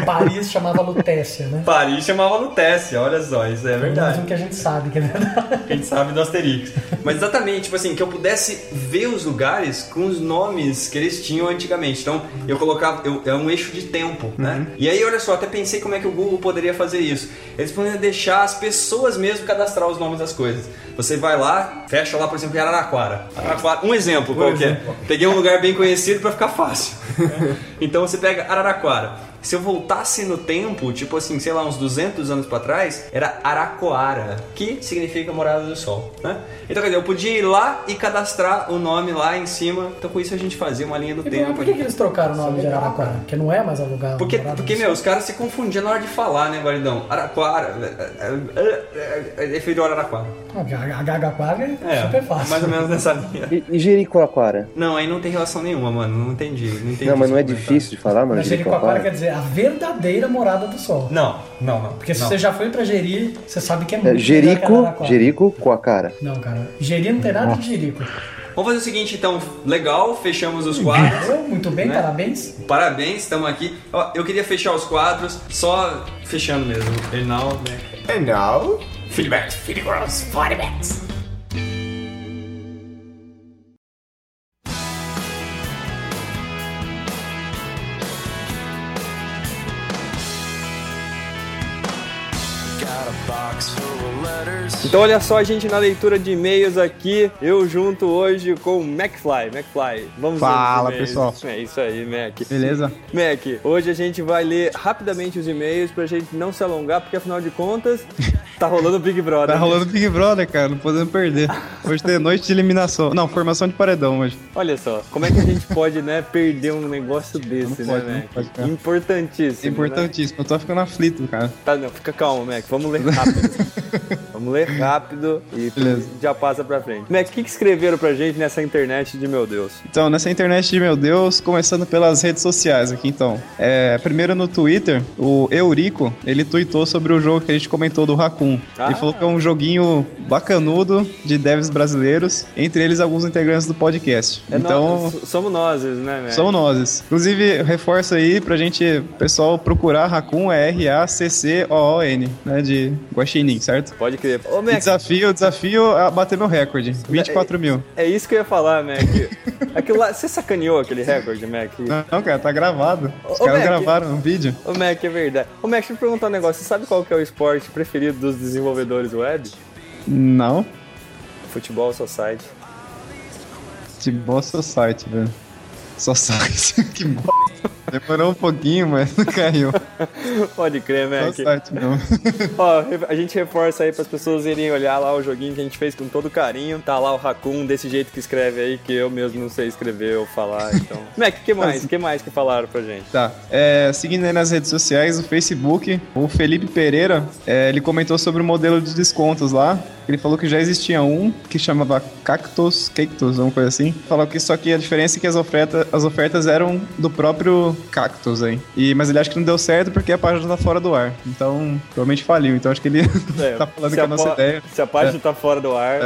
Paris chamava Lutécia, né?
Paris chamava Lutécia, olha só, isso é
Mas
verdade.
um que a gente sabe que é verdade.
Quem sabe do Asterix. Mas exatamente, tipo assim, que eu pudesse ver os lugares com os nomes que eles tinham antigamente. Então, eu colocava. eu- é um eixo de tempo, né? E aí, olha só, até pensei como é que o Google poderia fazer isso. Eles poderiam deixar as pessoas mesmo cadastrar os nomes das coisas. Você vai lá, fecha lá, por exemplo, em Araraquara. Araraquara um exemplo qualquer. Peguei um lugar bem conhecido pra ficar fácil. *laughs* então você pega Araraquara. Se eu voltasse no tempo, tipo assim, sei lá, uns 200 anos pra trás, era Aracoara, que significa morada do sol, né? Então, quer dizer, eu podia ir lá e cadastrar o nome lá em cima. Então, com isso a gente fazia uma linha do
E
tempo.
por que, que eles trocaram o nome de Araraquara? Porque não é mais alugado.
um Porque, porque, meu, os caras se confundiam na hora de falar, né, Guaridão? Araquara. Referiu a Araquara.
Ah, A Gagaquara é,
É,
super fácil.
mais ou menos nessa linha.
E, e Jericoacoara?
Não, aí não tem relação nenhuma, mano. Não entendi. Não, entendi
Não, mas
esse
não
comentário.
é
então.
difícil de falar, mano,
Mas Jericoacoara quer
Jericoacoara?
dizer a verdadeira morada do sol.
Não, não, não.
Porque se
não.
você já foi pra Jeri, você sabe que é muito
É,
melhor que
Jerico,
Araraquara.
Jerico, Coacara.
Não, cara. Jeri não tem nada de Jerico.
Vamos fazer o seguinte, então. Legal, fechamos os quadros.
Eu, muito bem,
Né?
parabéns.
Parabéns, estamos aqui. Ó, eu queria fechar os quadros, só fechando mesmo. Reinaldo, né?
É,
And now,
Feedbacks, feedbacks, feedbacks. Então olha só, gente, na leitura de e-mails aqui, eu junto hoje com o McFly. McFly, vamos
Fala,
ler os e-mails.
pessoal.
É isso aí, Mac.
Beleza?
Mac, hoje a gente vai ler rapidamente os e-mails pra gente não se alongar, porque afinal de contas, tá rolando o Big Brother.
Tá rolando Big Brother, cara, não podemos perder. Hoje tem noite de eliminação. Não, formação de paredão hoje.
Olha só, como é que a gente pode, né, perder um negócio desse,
Não pode,
né, Mac?
não pode, cara.
Importantíssimo. né?
Importantíssimo. Eu tô ficando aflito, cara.
Tá, não, fica calmo, Mac. Vamos ler rápido. Vamos ler rápido e
Beleza.
já passa pra frente. Mac, o que, que escreveram pra gente nessa internet de meu Deus?
Então, nessa internet de meu Deus, começando pelas redes sociais aqui então. É, primeiro no Twitter, o Eurico, ele tweetou sobre o jogo que a gente comentou do Raccoon.
Ah.
Ele falou que é um joguinho bacanudo de devs brasileiros, entre eles alguns integrantes do podcast.
É
então,
nós- somos nós, né, Mac?
É. São nozes. Inclusive, reforça aí pra gente, pessoal, procurar Raccoon, é R-A-C-C-O-O-N, né? De Guaxinim, certo?
Pode crer. Ô,
E
Mac,
desafio, desafio a bater meu recorde. 24 mil.
é isso que eu ia falar, Mac. *laughs* Aquilo lá, você sacaneou aquele recorde, Mac?
Não, cara, tá gravado. Os
é, Ô,
caras
Mac.
gravaram um vídeo.
Ô, Mac, é verdade. Ô, Mac, deixa eu te perguntar um negócio. Você sabe qual que é o esporte preferido dos desenvolvedores web?
Não.
Futebol Society. *laughs*
De bosta site, velho. Só site. *laughs* que bosta. Demorou um pouquinho, mas não caiu.
Pode crer,
Só
Mac.
site mesmo.
Ó, a gente reforça aí para as pessoas irem olhar lá o joguinho que a gente fez com todo carinho. Tá lá o Raccoon desse jeito que escreve aí, que eu mesmo não sei escrever ou falar, então... *laughs* Mac, o que mais? O que mais que falaram pra gente?
Tá. É, seguindo aí nas redes sociais, o Facebook, o Felipe Pereira, é, ele comentou sobre o modelo de descontos lá. Ele falou que já existia um que chamava Cactus, Cactus, alguma coisa assim. Falou que só que a diferença é que as ofertas, as ofertas eram do próprio Cactus aí. E, mas ele acha que não deu certo porque a página tá fora do ar. Então, provavelmente faliu. Então acho que ele *laughs*
É,
tá falando
se
que a nossa
pá-
ideia.
Se a página tá fora do ar...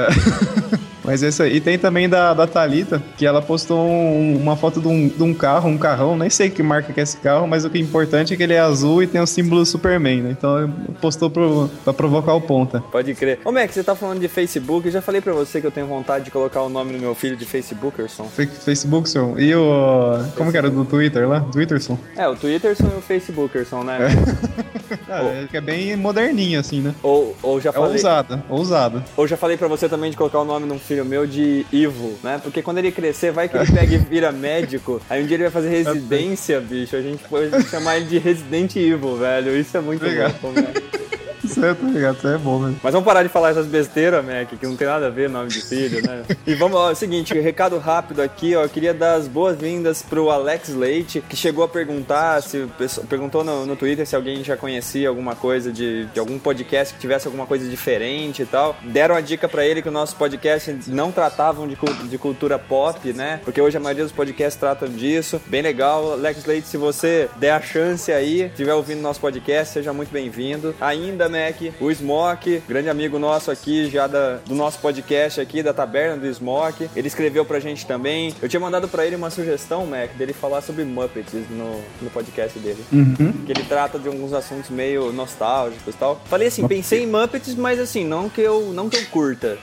Mas é isso aí. E tem também da, da Thalita, que ela postou um- uma foto de um, de um carro, um carrão, nem sei que marca que é esse carro, mas o que é importante é que ele é azul e tem o símbolo do Superman, né? Então postou pro, pra provocar o ponta.
Pode crer. Ô, Mac, você tá falando de Facebook. Eu já falei pra você que eu tenho vontade de colocar o nome do meu filho de Facebookerson.
Fe- Facebook, senhor. E o. Como que era do Twitter lá? Twitterson?
É, o Twitterson e o Facebookerson, né?
Ah, é que é bem moderninho, assim, né?
*laughs* Ou, ou já
É
falei.
ousada, ousada.
Ou já falei pra você também de colocar o nome num filho meu de Ivo, né? Porque quando ele crescer, vai que ele pega e vira médico. Aí um dia ele vai fazer residência, bicho. A gente pode chamar ele de Resident Evil, velho. Isso é muito
Legal.
louco, velho.
Isso é, tá ligado? Isso é bom, né?
Mas vamos parar de falar essas besteiras, Mac, que não tem nada a ver nome de filho, né? E vamos, ó, seguinte, recado rápido aqui, ó. Eu queria dar as boas-vindas pro Alex Leite, que chegou a perguntar se. Perguntou no, no Twitter se alguém já conhecia alguma coisa de, de algum podcast que tivesse alguma coisa diferente e tal. Deram a dica pra ele que o nosso podcast não tratavam de, cul- de cultura pop, né? Porque hoje a maioria dos podcasts tratam disso. Bem legal. Alex Leite, se você der a chance aí, estiver ouvindo nosso podcast, seja muito bem-vindo. Ainda, Mac, Mac, o Smoke, grande amigo nosso aqui, já da- do nosso podcast aqui, da Taberna do Smoke. Ele escreveu pra gente também. Eu tinha mandado pra ele uma sugestão, Mac, dele falar sobre Muppets no, no podcast dele.
Uhum.
Que ele trata de alguns assuntos meio nostálgicos e tal. Falei assim, pensei em Muppets, mas assim, não que eu, não que eu curta.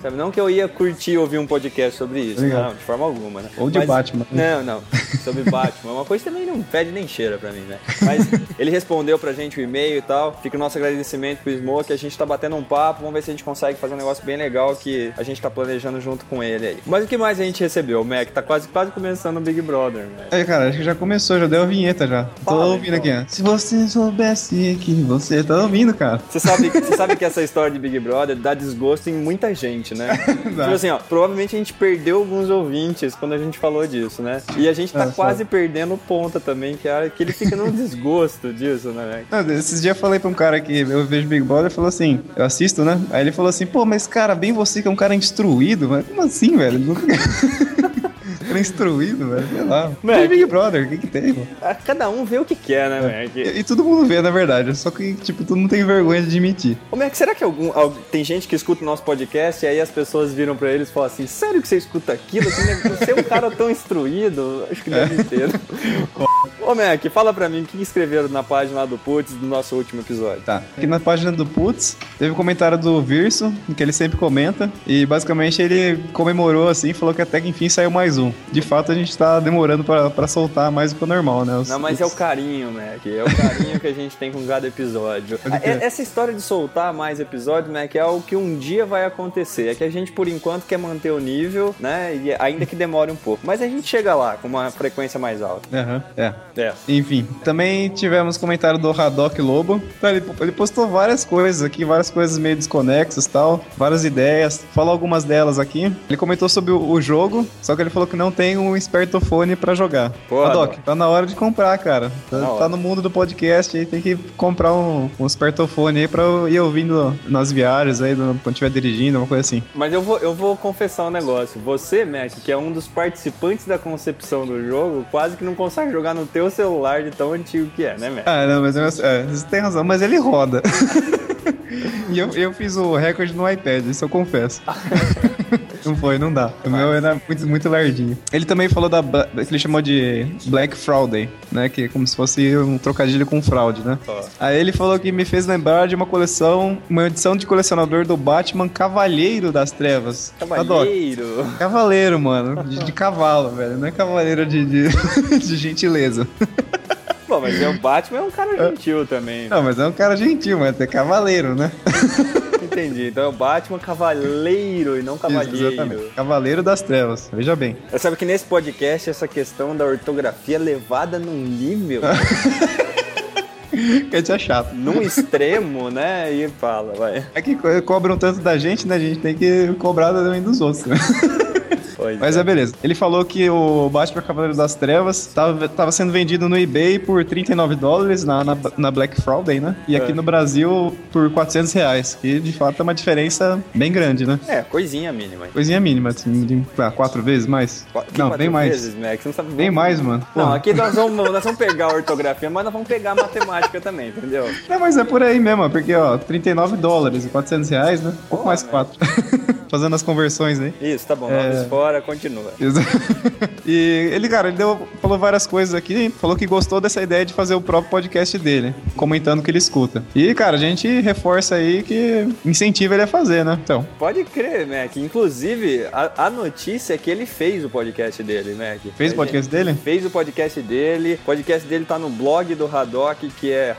Sabe, não que eu ia curtir ouvir um podcast sobre isso,
Legal.
não, de forma alguma, né?
Ou de
Mas-
Batman.
Não, não, sobre Batman. é Uma coisa que também não pede nem cheira pra mim, né? Mas ele respondeu pra gente o e-mail e tal. Fica o nosso agradecimento pro Smoke. A gente tá batendo um papo, vamos ver se a gente consegue fazer um negócio bem legal que a gente tá planejando junto com ele aí. Mas o que mais a gente recebeu, Mac? Tá quase, quase começando o Big Brother, né?
*laughs* É, cara, acho que já começou, já deu a vinheta já. Tô ouvindo aqui, ó. Se você soubesse que você tá ouvindo, cara.
Você sabe, você sabe que essa história de Big Brother dá desgosto em muita gente, né? tipo assim, ó, provavelmente a gente perdeu alguns ouvintes quando a gente falou disso, né? E a gente tá
Ah,
quase perdendo o ponta também, que, é, que ele fica num desgosto disso, né?
Não, esses dias eu falei pra um cara que eu vejo Big Brother e falou assim, eu assisto, né? Aí ele falou assim, pô, mas cara, bem você que é um cara instruído, mas como assim, velho? *laughs* Nunca... cara instruído, velho, sei lá. Tem Big Brother, o que que tem, mano?
Ah, Cada um vê o que quer, né, Mac?
E, e todo mundo vê, na verdade, só que, tipo, todo mundo tem vergonha de admitir.
Ô, Mac, será que algum, al- tem gente que escuta o nosso podcast e aí as pessoas viram pra eles e falam assim, sério que você escuta aquilo? Você deve- Você é um cara tão instruído? Acho que deve ter. né? Ô, Mac, fala pra mim o que escreveram na página lá do Putz do nosso último episódio.
Tá. Aqui na página do Putz, teve um comentário do Virso, que ele sempre comenta, e basicamente ele comemorou assim, falou que até que enfim saiu mais um. De fato, a gente tá demorando pra, pra soltar mais do que o normal, né? Os-
Não, mas é o carinho, Mac. É o carinho que a gente tem com cada episódio.
Pode crer.
É- Essa história de soltar mais episódios, Mac, é algo que um dia vai acontecer. É que a gente, por enquanto, quer manter o nível, né? E ainda que demore um pouco. Mas a gente chega lá com uma frequência mais alta.
Aham, é.
É.
Enfim, também tivemos comentário do Haddock Lobo. Tá, Ele, ele postou várias coisas aqui, várias coisas meio desconexas e tal, várias ideias. Falou algumas delas aqui. Ele comentou sobre o, o jogo, só que ele falou que não tem um espertofone pra jogar.
Pô,
Haddock,
Haddock.
tá na hora de comprar, cara. Tá,
na
tá
hora.
no mundo do podcast aí, tem que comprar um, um espertofone aí pra eu ir ouvindo nas viagens aí, do- quando estiver dirigindo, uma coisa assim.
Mas eu vou, eu vou confessar um negócio. Você, Mac, que é um dos participantes da concepção do jogo, quase que não consegue jogar no teu celular de tão antigo que é, né, Mac?
Ah, não, mas eu- é, você tem razão, mas ele roda. e eu, eu fiz o recorde no iPad, isso eu confesso. Não foi, não dá. O meu era muito, muito lardinho. Ele também falou da. ba- que ele chamou de Black Friday, né? Que é como se fosse um trocadilho com fraude, né? Aí ele falou que me fez lembrar de uma coleção, uma edição de colecionador do Batman Cavaleiro das Trevas. Adoro.
Cavalheiro.
Cavaleiro, mano. De, de cavalo, velho. Não é cavaleiro de, de, *laughs* de gentileza.
Bom, mas é, o Batman é um cara gentil também.
Não, mas é um cara gentil, mas é cavaleiro, *laughs* né?
Entendi. Então é o Batman cavaleiro e não cavalheiro.
Exatamente. Cavaleiro das Trevas, veja bem.
Eu sabe que nesse podcast essa questão da ortografia é levada num
*laughs*
nível,
Quer dizer, é chato.
num extremo, né? E fala, vai.
É que co- cobram tanto da gente, né? A gente tem que cobrar também dos outros. né? *laughs*
Pois
Mas é beleza. Ele falou que o Batman Cavaleiro das Trevas tava, tava sendo vendido no eBay por 39 dólares na, na, na Black Friday, né? E aqui no Brasil por 400 reais. Que de fato é uma diferença bem grande, né?
é. coisinha mínima.
Coisinha mínima, assim, de, ah, quatro vezes mais?
Que
é. Não,
quatro
bem mais.
vezes, Max, você não sabe-
Bem mais, mano.
Não,
Pô.
aqui nós
*laughs*
vamos, nós vamos pegar a ortografia, mas nós vamos pegar a matemática também, entendeu?
Não, mas é por aí mesmo, porque ó, 39 dólares e 400 reais, né? Um pouco mais 4. *laughs* Fazendo as conversões aí.
Isso, tá bom,
É.
vamos fora, continua.
Isso. *laughs* e ele, cara, ele deu- falou várias coisas aqui, falou que gostou dessa ideia de fazer o próprio podcast dele, comentando o que ele escuta. E, cara, a gente reforça aí que incentiva ele a fazer, né? Então,
Pode crer, Mac. Inclusive, a, a notícia é que ele fez o podcast dele, Mac.
fez
A
o podcast dele?
fez o podcast dele. O podcast dele tá no blog do Haddock, que é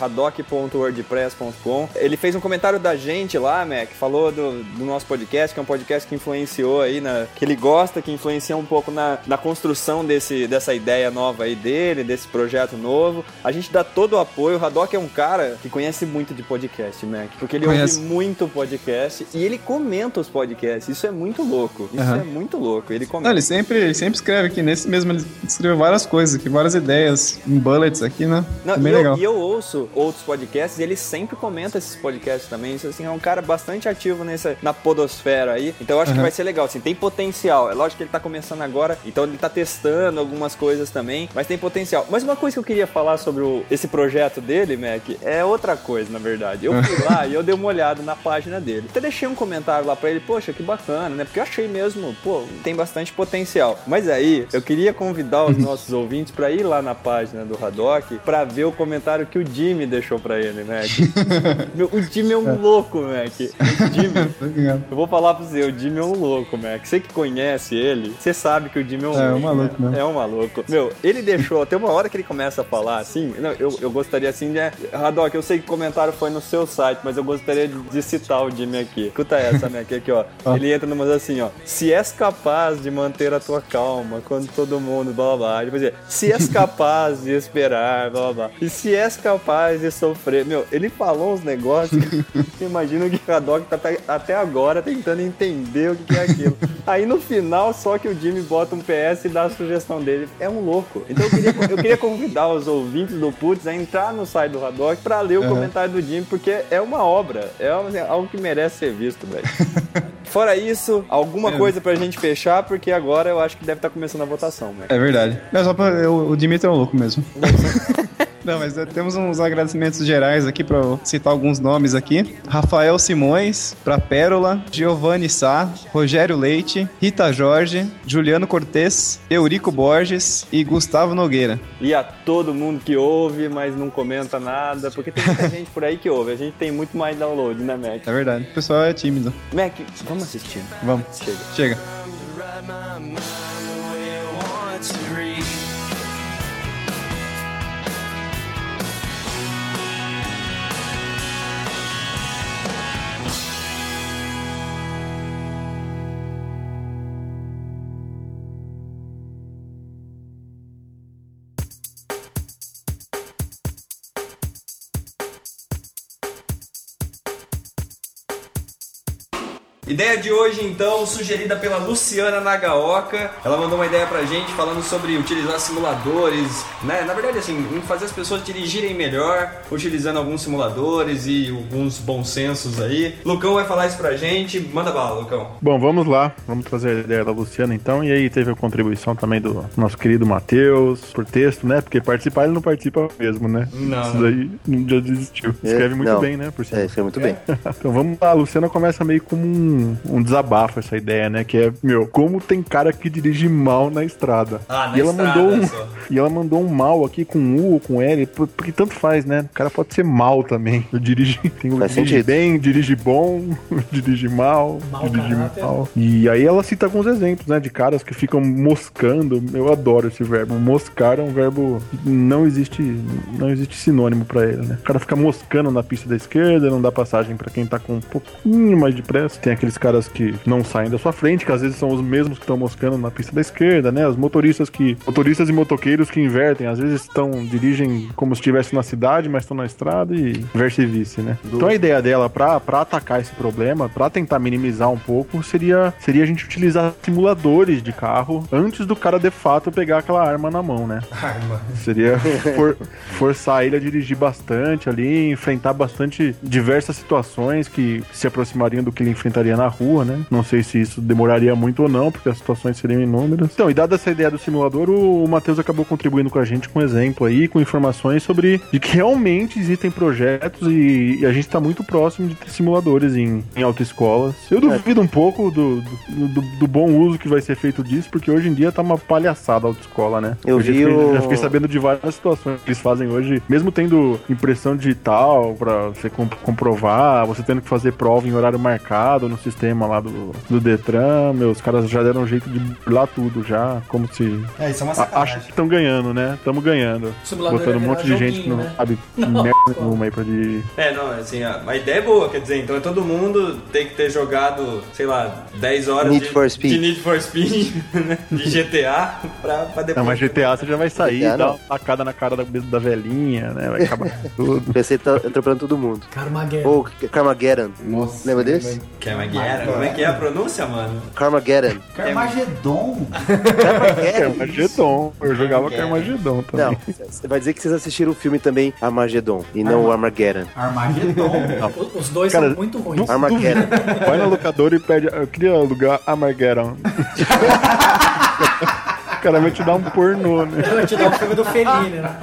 haddock.wordpress.com. Ele fez um comentário da gente lá, Mac, falou do, do nosso podcast, que é um podcast que influenciou aí, na, que ele gosta, que influenciou um pouco na, na construção desse, dessa ideia nova aí dele, desse projeto novo. A gente dá todo o apoio. O Haddock é um cara que conhece muito de podcast, Mac, porque ele
Conhece.
ouve muito podcast e ele comenta os podcasts. Isso é muito louco. Isso
Aham.
é muito louco. Ele comenta.
Não, ele sempre, ele sempre escreve aqui, nesse mesmo ele escreveu várias coisas aqui, várias ideias em bullets aqui, né?
Não,
Bem
e, eu,
legal.
e eu ouço outros podcasts e ele sempre comenta esses podcasts também. Isso, assim, é um cara bastante ativo nessa, na podosfera aí. Então eu acho que vai ser legal. Assim, tem potencial. É lógico que ele tá começando agora, então ele tá testando algumas coisas também, mas tem potencial. Mas uma coisa que eu queria falar sobre o- esse projeto dele, Mac, é outra coisa, na verdade. Eu fui lá e eu dei uma olhada na página dele. Até deixei um comentário lá pra ele, poxa, que bacana, né? Porque eu achei mesmo, pô, tem bastante potencial. Mas aí, eu queria convidar os nossos ouvintes pra ir lá na página do Haddock pra ver o comentário que o Jimmy deixou pra ele, Mac. Meu, o Jimmy é um louco, Mac. O Jimmy, eu vou falar pra você, o Jimmy é um louco, Mac. Você que conhece ele, você sabe que o Jimmy é um
É, é um
louco.
maluco
né?
mesmo.
É um maluco. Meu, ele deixou, até uma hora que ele começa a falar assim, não, eu, eu gostaria assim de. Haddock, eu sei que o comentário foi no seu site, mas eu gostaria de, de citar o Jimmy aqui. Escuta essa, Mac, aqui, ó.
Ó.
Ele entra numa assim, ó. Se és capaz de manter a tua calma quando todo mundo blá blá blá. Ele vai dizer, se és capaz de esperar, blá blá blá. E se és capaz de sofrer. Meu, ele falou uns negócios. que eu Imagino que o Haddock tá até- até agora tentando entender o que que é aquilo. Aí no final, só que o Jimmy bota um PS e dá a sugestão dele. É um louco. Então eu queria, eu queria convidar os ouvintes do Putz a entrar no site do Haddock pra ler o
Aham.
comentário do Jimmy, porque é uma obra. É uma- algo que merece ser visto, velho. Fora isso, alguma coisa pra gente fechar, porque agora eu acho que deve estar começando a votação, né?
É verdade. Não, só pra, eu, o Dimitri é um louco *laughs* mesmo. Não, mas é, temos uns agradecimentos gerais aqui pra eu citar alguns nomes aqui. Rafael Simões, pra Pérola, Giovanni Sá, Rogério Leite, Rita Jorge, Juliano Cortez, Eurico Borges e Gustavo Nogueira.
E a todo mundo que ouve, mas não comenta nada, porque tem muita gente por aí que ouve. A gente tem muito mais download, né, Mac?
É verdade. O pessoal é tímido.
Mac, vamos assistir.
Vamos.
Chega.
Chega.
Ideia de hoje, então, sugerida pela Luciana Nagaoka. Ela mandou uma ideia pra gente falando sobre utilizar simuladores, né? Na verdade, assim, em fazer as pessoas dirigirem melhor, utilizando alguns simuladores e alguns bons sensos aí. Lucão vai falar isso pra gente. Manda bala, Lucão.
Bom, vamos lá. Vamos trazer a ideia da Luciana então. E aí teve a contribuição também do nosso querido Matheus por texto, né? Porque participar ele não participa mesmo, né?
Não.
Isso daí já desistiu. Escreve muito
É, não.
bem, né? Por
É, escreve muito bem.
*laughs* então vamos lá, a Luciana começa meio como um, um desabafo essa ideia, né? Que é, meu, como tem cara que dirige mal na estrada.
Ah, na
e ela
estrada,
mandou um,
só.
*laughs* E ela mandou um mal aqui com U ou com L, por- porque tanto faz, né? O cara pode ser mal também. Eu dirige, *laughs* tem o
Faz
dirige
sentido.
bem, dirige bom, *laughs* dirige mal, dirige
caráter.
mal. E aí ela cita alguns exemplos, né? De caras que ficam moscando. Eu adoro esse verbo. Moscar é um verbo que não existe, não existe sinônimo pra ele, né? O cara fica moscando na pista da esquerda, não dá passagem pra quem tá com um pouquinho mais de pressa. Tem aqueles caras que não saem da sua frente, que às vezes são os mesmos que estão moscando na pista da esquerda, né? Os motoristas que motoristas e motoqueiros que invertem, às vezes estão dirigem como se estivesse na cidade, mas estão na estrada e vice-vice, né? Então a ideia dela pra pra atacar esse problema, pra tentar minimizar um pouco, seria seria a gente utilizar simuladores de carro antes do cara de fato pegar aquela arma na mão, né?
Arma.
Seria for- forçar ele a dirigir bastante ali, enfrentar bastante diversas situações que se aproximariam do que ele enfrentaria na rua, né? Não sei se isso demoraria muito ou não, porque as situações seriam inúmeras. Então, e dada essa ideia do simulador, o, o Matheus acabou contribuindo com a gente com um exemplo aí, com informações sobre de que realmente existem projetos e, e a gente está muito próximo de ter simuladores em, em autoescolas. Eu duvido um pouco do, do, do- do bom uso que vai ser feito disso, porque hoje em dia tá uma palhaçada a autoescola, né?
Eu
já
vi
fiquei-
o-
já fiquei sabendo de várias situações que eles fazem hoje, mesmo tendo impressão digital pra você comp- comprovar, você tendo que fazer prova em horário marcado no sistema lá do, do Detran, meu, os caras já deram um jeito de burlar tudo já, como se...
É, isso é uma
A,
sacanagem.
acho que estão ganhando, né? Estamos ganhando.
Simulador
Botando
ia
um monte de
virar
gente que não
joguinho, né? *laughs*
sabe
Não.
merda nenhuma aí pra dirigir.
É, não, assim, a, a ideia é boa, quer dizer, então é todo mundo tem que ter jogado, sei lá, 10 horas
Need
de,
for Speed.
de Need for Speed, *laughs* né? De GTA pra, pra depois.
Não, mas GTA você já vai sair, dar
GTA não.
uma tacada na cara da, da velhinha, né? Vai acabar *laughs* com tudo.
Pensei que tá atropelando todo mundo.
Carmageddon.
Ou Carmageddon.
Nossa,
Lembra desse?
Carmageddon, como é que é a pronúncia, mano?
*laughs* Carmageddon.
Carmagedon.
Carmageddon.
Armagedon. Eu
É.
jogava com Armagedon
Armageddon.
também.
Não, você vai dizer que vocês assistiram o filme também Armageddon e não o Armageddon.
Armagedon.
O- Os dois
Cara,
são muito ruins.
Armageddon.
Vai na locadora e pede. Eu queria alugar Armageddon. O cara vai te dar um pornô, né?
Eu te dar um filme do Fellini, né?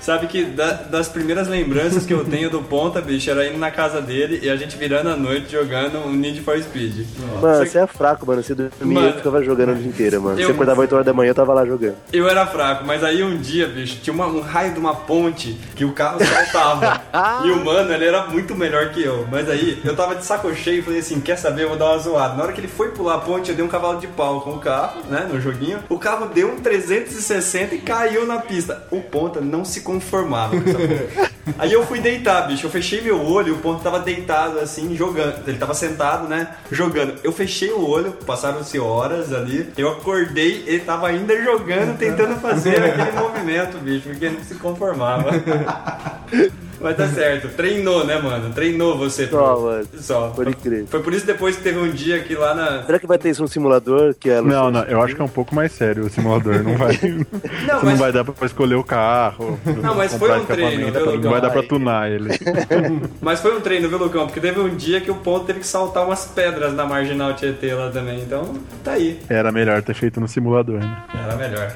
Sabe que da- das primeiras lembranças que eu tenho do Ponta, bicho, era indo na casa dele e a gente virando à noite jogando um Need for Speed.
Mano, você é fraco, mano. Você dormia
Mano.
eu ficava jogando o dia inteiro, mano.
Eu-
Você acordava 8 horas da manhã, eu tava lá jogando.
Eu era fraco, mas aí um dia, bicho, tinha uma- um raio de uma ponte que o carro saltava. e o mano, ele era muito melhor que eu. Mas aí eu tava de saco cheio e falei assim: quer saber? Eu vou dar uma zoada. Na hora que ele foi pular a ponte, eu dei um cavalo de pau com o carro, né? No joguinho. O carro deu um 360 e caiu na pista. O ponta não se conformava com essa porra. Aí eu fui deitar, bicho. Eu fechei meu olho, o ponto tava deitado assim, jogando. Ele tava sentado, né? Jogando. Eu fechei o olho, passaram-se horas ali. Eu acordei, ele tava ainda jogando, tentando fazer
*laughs*
aquele movimento, bicho, porque ele não se conformava. *laughs* Mas tá certo, treinou, né, mano? Treinou você.
Só,
pro-
mano.
Só.
Pode crer.
Foi por isso depois que teve um dia aqui lá na.
Será que vai ter isso no simulador? Que é
Não, não, eu acho que é um pouco mais sério o simulador. Não vai, você não
mas-
vai dar pra escolher o carro.
Não, mas
comprar
foi um
escapamento,
treino, viu,
Não vai
Lucão?
dar pra tunar ele.
Mas foi um treino, viu, Lucão? Porque teve um dia que o ponto teve que saltar umas pedras na marginal Tietê lá também. Então, tá aí.
Era melhor ter feito no simulador, né?
Era melhor.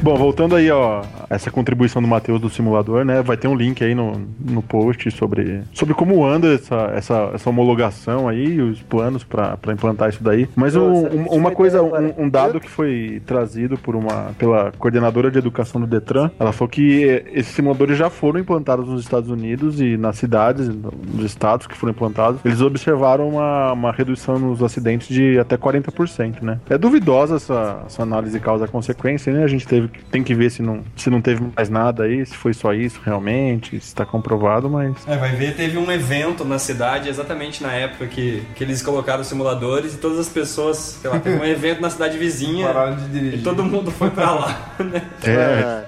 Bom, voltando aí, ó, essa contribuição do Matheus do simulador, né? Vai ter um link aí no, no post sobre, sobre como anda essa, essa, essa homologação aí, os planos pra pra implantar isso daí. Mas um-
Nossa,
um-
isso
uma
vai
coisa,
ter
um,
agora.
um dado que foi trazido por uma, pela coordenadora de educação do Detran, ela falou que eh, esses simuladores já foram implantados nos Estados Unidos e nas cidades, nos estados que foram implantados, eles observaram uma, uma redução nos acidentes de até 40%, né? É duvidosa essa, essa análise causa-consequência, né? A gente teve, que- tem que ver se não, se não teve mais nada aí, se foi só isso realmente, se está comprovado, mas...
É, vai ver, teve um evento na cidade, exatamente na época que, que eles colocaram os simuladores e todas as pessoas, sei lá, teve
*laughs*
um evento na cidade vizinha.
Pararam de dirigir.
E todo mundo foi
*laughs*
pra lá.
Ah,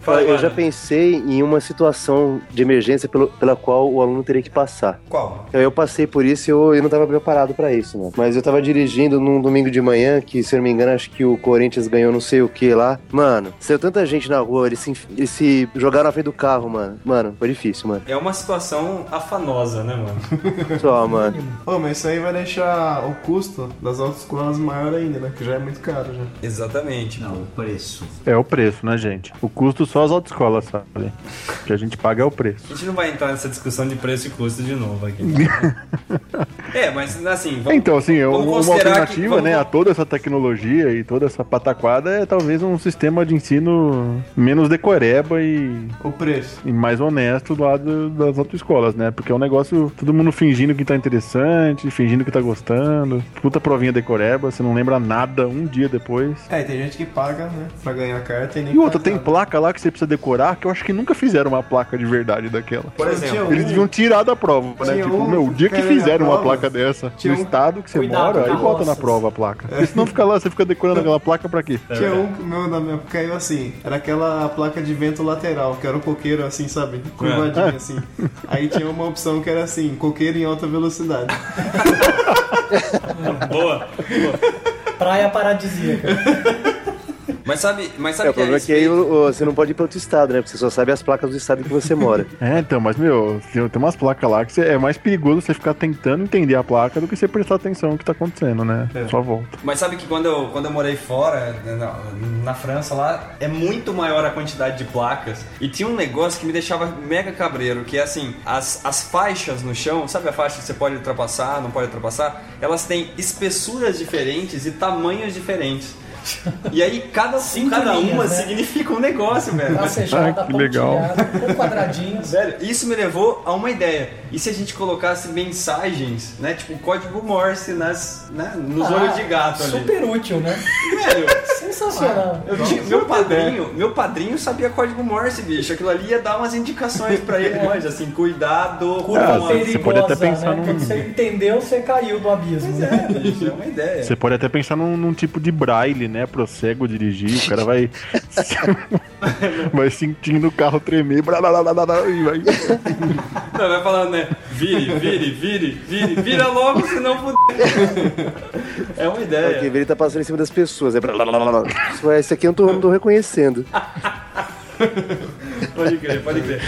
Fala,
eu já
mano.
pensei em uma situação de emergência pelo- pela qual o aluno teria que passar.
Qual?
Eu, eu passei por isso e eu, eu não estava preparado para isso, mano. Mas eu tava dirigindo num domingo de manhã, que se eu não me engano, acho que o Corinthians ganhou não sei o que lá. Mano, saiu tanta gente na rua, eles se, enf- eles se jogaram na frente do carro, mano. Mano, foi difícil, mano.
É uma situação afanosa,
*laughs*
né, mano?
Só, mano.
Pô, mas isso aí vai deixar o custo das autoescolas maior ainda, né? Que já é muito caro já.
Exatamente.
Não, o preço.
É o preço, né, gente? O custo só as autoescolas, sabe? O que a gente paga é o preço.
A gente não vai entrar nessa discussão de preço e custo de novo
*laughs*
aqui. é, mas assim,
É,
vamos,
Então, assim,
vamos
uma
considerar que-
alternativa
vamos-
né, a toda essa tecnologia e toda essa pataquada é talvez um sistema de ensino menos decoreba e,
O preço.
e mais honesto do lado das autoescolas, né? Porque é um negócio, todo mundo fingindo que tá interessante, fingindo que tá gostando. Puta provinha decoreba, você não lembra nada um dia depois.
É, e tem gente que paga, né? Pra ganhar carta e nem
E outra, tem
paga nada.
placa lá que você precisa decorar, que eu acho que nunca fizeram uma placa de verdade daquela.
por
Tinha
exemplo,
Eles
um-
deviam tirar da prova, né?
Tinha
Tipo,
um
meu, o dia que
cara na
fizeram uma
prova,
placa dessa
tinha
no
um
estado que você
cuidado
mora,
com
aí bota na
carroças.
prova a placa. Porque senão fica lá, você fica decorando aquela placa pra quê?
É. Tinha um que meu na minha época caiu assim. Era aquela placa de vento lateral, que era um coqueiro assim, sabe? Curvadinho assim. Aí tinha uma opção que era assim, coqueiro em alta velocidade.
boa.
Praia paradisíaca.
Mas sabe, mas sabe
É, o problema é que aí o- o- você não pode ir para outro estado, né? Porque você só sabe as placas do estado em que você *laughs* mora.
É, então, mas meu, tem tem umas placas lá que você- é mais perigoso você ficar tentando entender a placa do que você prestar atenção no que tá acontecendo, né?
É.
Só volta.
Mas sabe que quando eu, quando eu morei fora, na, na França lá, é muito maior a quantidade de placas. E tinha um negócio que me deixava mega cabreiro, que é assim, as, as faixas no chão, sabe a faixa que você pode ultrapassar, não pode ultrapassar? Elas têm espessuras diferentes e tamanhos diferentes. E aí cada,
*laughs* Cinco
cada
linhas,
uma
né?
significa um negócio, velho.
Ah,
Lacejada,
que legal.
pontilhada, Tá com quadradinhos.
Velho, isso me levou a uma ideia. E se a gente colocasse mensagens, né? Tipo código Morse nas, né, nos
Ah,
olhos de gato ali?
Super útil, né?
Velho,
sensacional.
Eu tinha- meu padrinho, meu padrinho sabia código Morse, bicho. Aquilo ali ia dar umas indicações pra ele longe, assim, cuidado,
Ah,
cuidado.
você pode até pensar
né?
num-
Quando você entendeu, você caiu do abismo. né?
É uma ideia.
Você pode até pensar num, num tipo de braille, né? Pro cego dirigir, o cara
*laughs*
vai. *laughs* vai sentindo o carro tremer. blá, blá, blá, blá, blá, e vai.
Não, vai falando, né? Vire, vire, vire, vire, vira logo, senão fuder. É uma ideia.
Porque ele tá passando em cima das pessoas. É... blá, blá, blá, blá, blá. Isso é- Esse aqui eu não tô, não tô reconhecendo.
Pode crer, pode crer.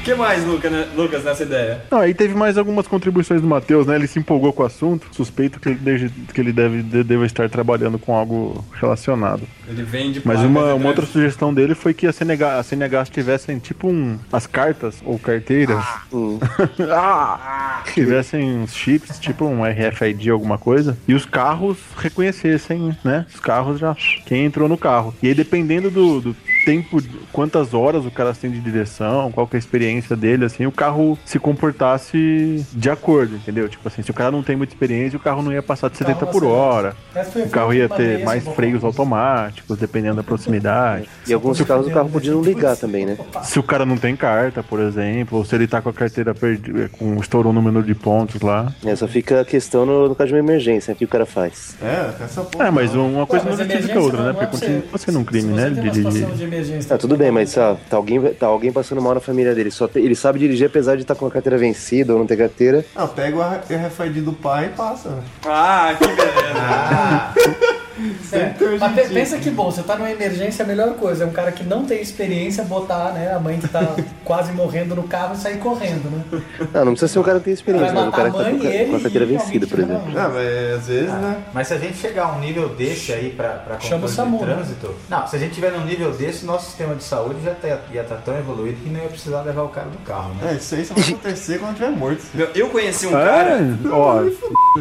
O que mais, Lucas, né- Lucas, nessa ideia?
Não, aí teve mais algumas contribuições do Matheus, né? Ele se empolgou com o assunto. Suspeito que ele, desde- que ele deve, de- deva estar trabalhando com algo relacionado.
Ele vende
Mas é
placas
uma,
e
uma outra sugestão dele foi que a CNH, a CNH tivessem tipo um. as cartas ou carteiras. hum. *laughs* Ah! tivessem uns chips, tipo um RFID, alguma coisa. E os carros reconhecessem, né? Os carros já. Quem entrou no carro. E aí, dependendo do. do tempo, de- quantas horas o cara tem de direção, qual que é a experiência dele, assim, o carro se comportasse de acordo, entendeu? Tipo assim, se o cara não tem muita experiência, o carro não ia passar de 70 por hora.
Essa foi a
O carro ia ter
bandeira,
mais
bom.
freios automáticos, dependendo da proximidade.
E alguns carros o carro podia não ligar também, né?
Se o cara não tem carta, por exemplo, ou se ele tá com a carteira perdida, com estourou no número de pontos lá.
É, só fica a questão no, no caso de uma emergência, né? o que o cara faz.
É, essa porra.
É, mas uma coisa não justifica a outra, né? Porque
emergência é
continua sendo um crime, né?
Tem uma
Dirigir.
situação de emergência.
É,
Tá, tudo bem, mas ó, tá alguém, tá alguém passando mal na família dele. Só te- ele sabe dirigir apesar de estar com a carteira vencida ou não ter carteira.
Não, pega o RFID do pai e passa. né?
Ah, que beleza.
um
É, mas pe- pensa que bom, você tá numa emergência, a melhor coisa é um cara que não tem experiência botar né, a mãe que
*laughs*
tá quase morrendo no carro e sair correndo, né?
Não, não precisa ser um cara que tem experiência,
Vai
mas um
matar
cara
a
que tá
mãe,
com, ca- com
ele
a carteira
e
vencida,
alguém
por
chama-
exemplo.
Ah, mas às vezes, né?
*laughs* Mas se a gente chegar a um nível desse aí pra, pra
Chama o
controle
SAMU,
de
né?
trânsito... Não, se a gente tiver num nível desse, nosso sistema de saúde já tá, ia tá tão evoluído que não ia precisar levar o cara do carro, né?
É, isso aí só
*laughs*
vai acontecer quando tiver morto.
Meu, Eu conheci um cara.
É, ó,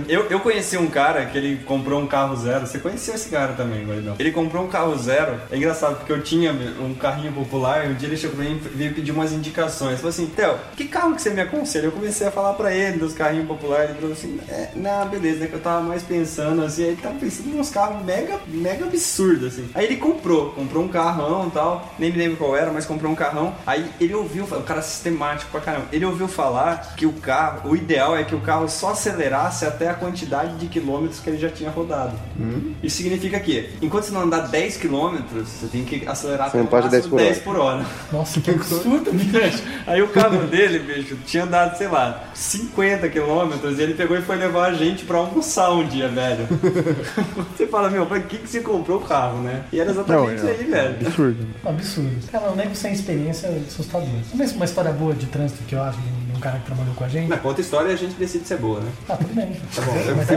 Eu, eu conheci um cara que ele comprou um carro zero. Você conheceu esse cara também, Gordão? Ele comprou um carro zero. É engraçado, porque eu tinha um carrinho popular. Um dia ele chegou pra mim e veio pedir umas indicações. Falou assim, Theo, que carro que você me aconselha? Eu comecei a falar pra ele dos carrinhos populares. Ele falou assim, é, não, beleza, é que eu tava mais pensando, assim. Aí ele tava pensando em uns carros mega, mega absurdos, assim. Aí ele comprou, comprou um carrão e tal. Nem me lembro qual era, mas comprou um carrão. Aí ele ouviu, o cara é sistemático pra caramba. Ele ouviu falar que o carro, o ideal é que o carro só acelerasse até a quantidade de quilômetros que ele já tinha rodado.
Hum?
Isso significa que, enquanto você não andar 10 quilômetros, você tem que acelerar
Você
até
não pode
no máximo
10
10 por hora.
Nossa, que absurdo.
*laughs* Bicho, Aí o carro dele, bicho, tinha andado, sei lá, 50 quilômetros e ele pegou e foi levar a gente pra almoçar um dia, velho. *laughs* você fala, meu, pra que, que você comprou o carro, né? E era
Não,
exatamente
é.
aí, velho.
absurdo.
Absurdo. Cara, um nego sem experiência é assustador. Vamos ver se uma história boa de trânsito que eu acho, de um cara que trabalhou com a gente.
Na conta história a gente decide se é boa, né?
Ah, tudo bem.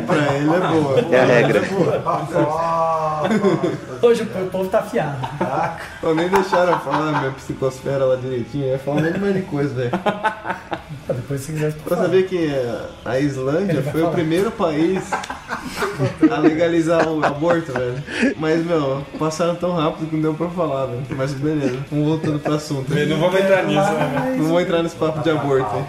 Pra ele é boa.
É a regra.
Hoje o povo tá afiado.
Eu nem deixaram eu falar minha psicosfera lá direitinho, eu ia falar um monte mais de coisa, velho.
Ah, Depois se quiser.
Pra saber que a Islândia
Ele vai
foi o
falar.
primeiro país a legalizar o aborto, velho. Mas, meu, passaram tão rápido que não deu pra falar, velho. Mas beleza, vamos voltando pro assunto.
Não vamos entrar nisso, né?
Não vou entrar nesse papo de aborto, hein.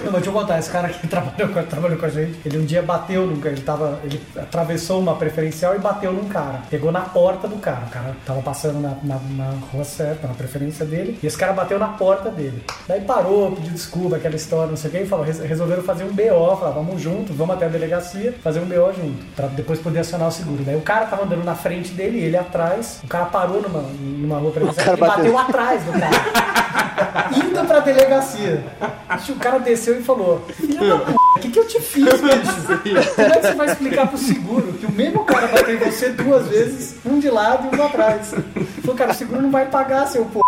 Não, mas deixa eu contar, esse cara que *laughs* trabalhou com, trabalhou com a gente, ele um dia bateu num cara, ele tava. Ele atravessou uma preferencial e bateu num cara. Pegou na porta do cara. O cara tava passando na, na, na rua certa, na preferência dele, e esse cara bateu na porta dele. Daí parou, pediu desculpa, aquela história, não sei o que, e falou, "Res- resolveram fazer um BO, falaram, vamos junto, vamos até a delegacia, fazer um BO junto, pra depois poder acionar o seguro. Daí o cara tava andando na frente dele, ele atrás, o cara parou numa, numa rua preferencial e
cara bateu.
bateu atrás do cara indo pra delegacia. Acho que o cara desceu e falou: Filha da p, o que, que eu te fiz, *laughs* bicho? Como é que você vai explicar pro seguro que o mesmo cara bateu em você duas vezes, um de lado e um pra trás? Falou, cara, o seguro não vai pagar, seu p.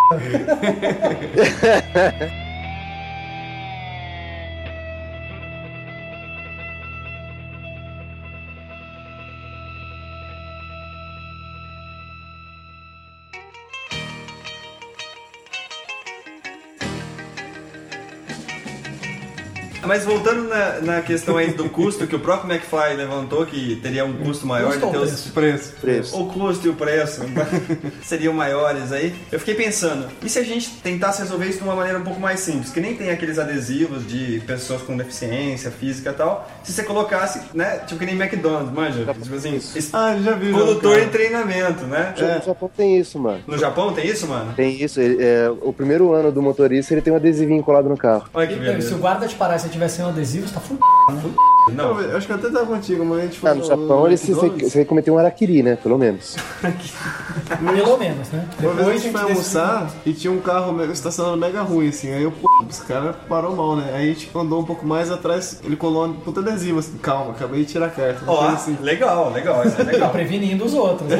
Mas voltando na, na questão aí do custo que o próprio McFly levantou, que teria um custo maior
Custo
de ter
ou
os
preço? Preço.
O custo e o preço *laughs* seriam maiores aí. Eu fiquei pensando, e se a gente tentasse resolver isso de uma maneira um pouco mais simples? Que nem tem aqueles adesivos de pessoas com deficiência física e tal. Se você colocasse, né? Tipo que nem McDonald's, manja. Tipo assim, es-
Ah, já vi. É.
condutor
cara.
em treinamento, né?
No Japão tem isso, mano.
No Japão tem isso, mano?
É. Tem isso. ele- é, o primeiro ano do motorista, ele tem um adesivinho colado no carro.
Olha que
Então, se
beleza.
o guarda te parar e você tiver sem um adesivo, você tá fudido.
Não,
Eu acho que eu até tava contigo, mas a gente
Ah, no Japão, ele se, você você cometeu um araquiri, né? Pelo menos.
Pelo menos, né?
Uma vez a gente foi
decidiu-
almoçar e tinha um carro mega, estacionado mega ruim, assim. Aí eu, pô, esse cara parou mal, né? Aí a gente andou um pouco mais atrás, ele colou um puta adesivo, assim, calma, acabei de tirar a carta. Uma
Ó,
coisa assim.
legal, legal, isso é
Tá
legal.
prevenindo os
*laughs*
outros. né?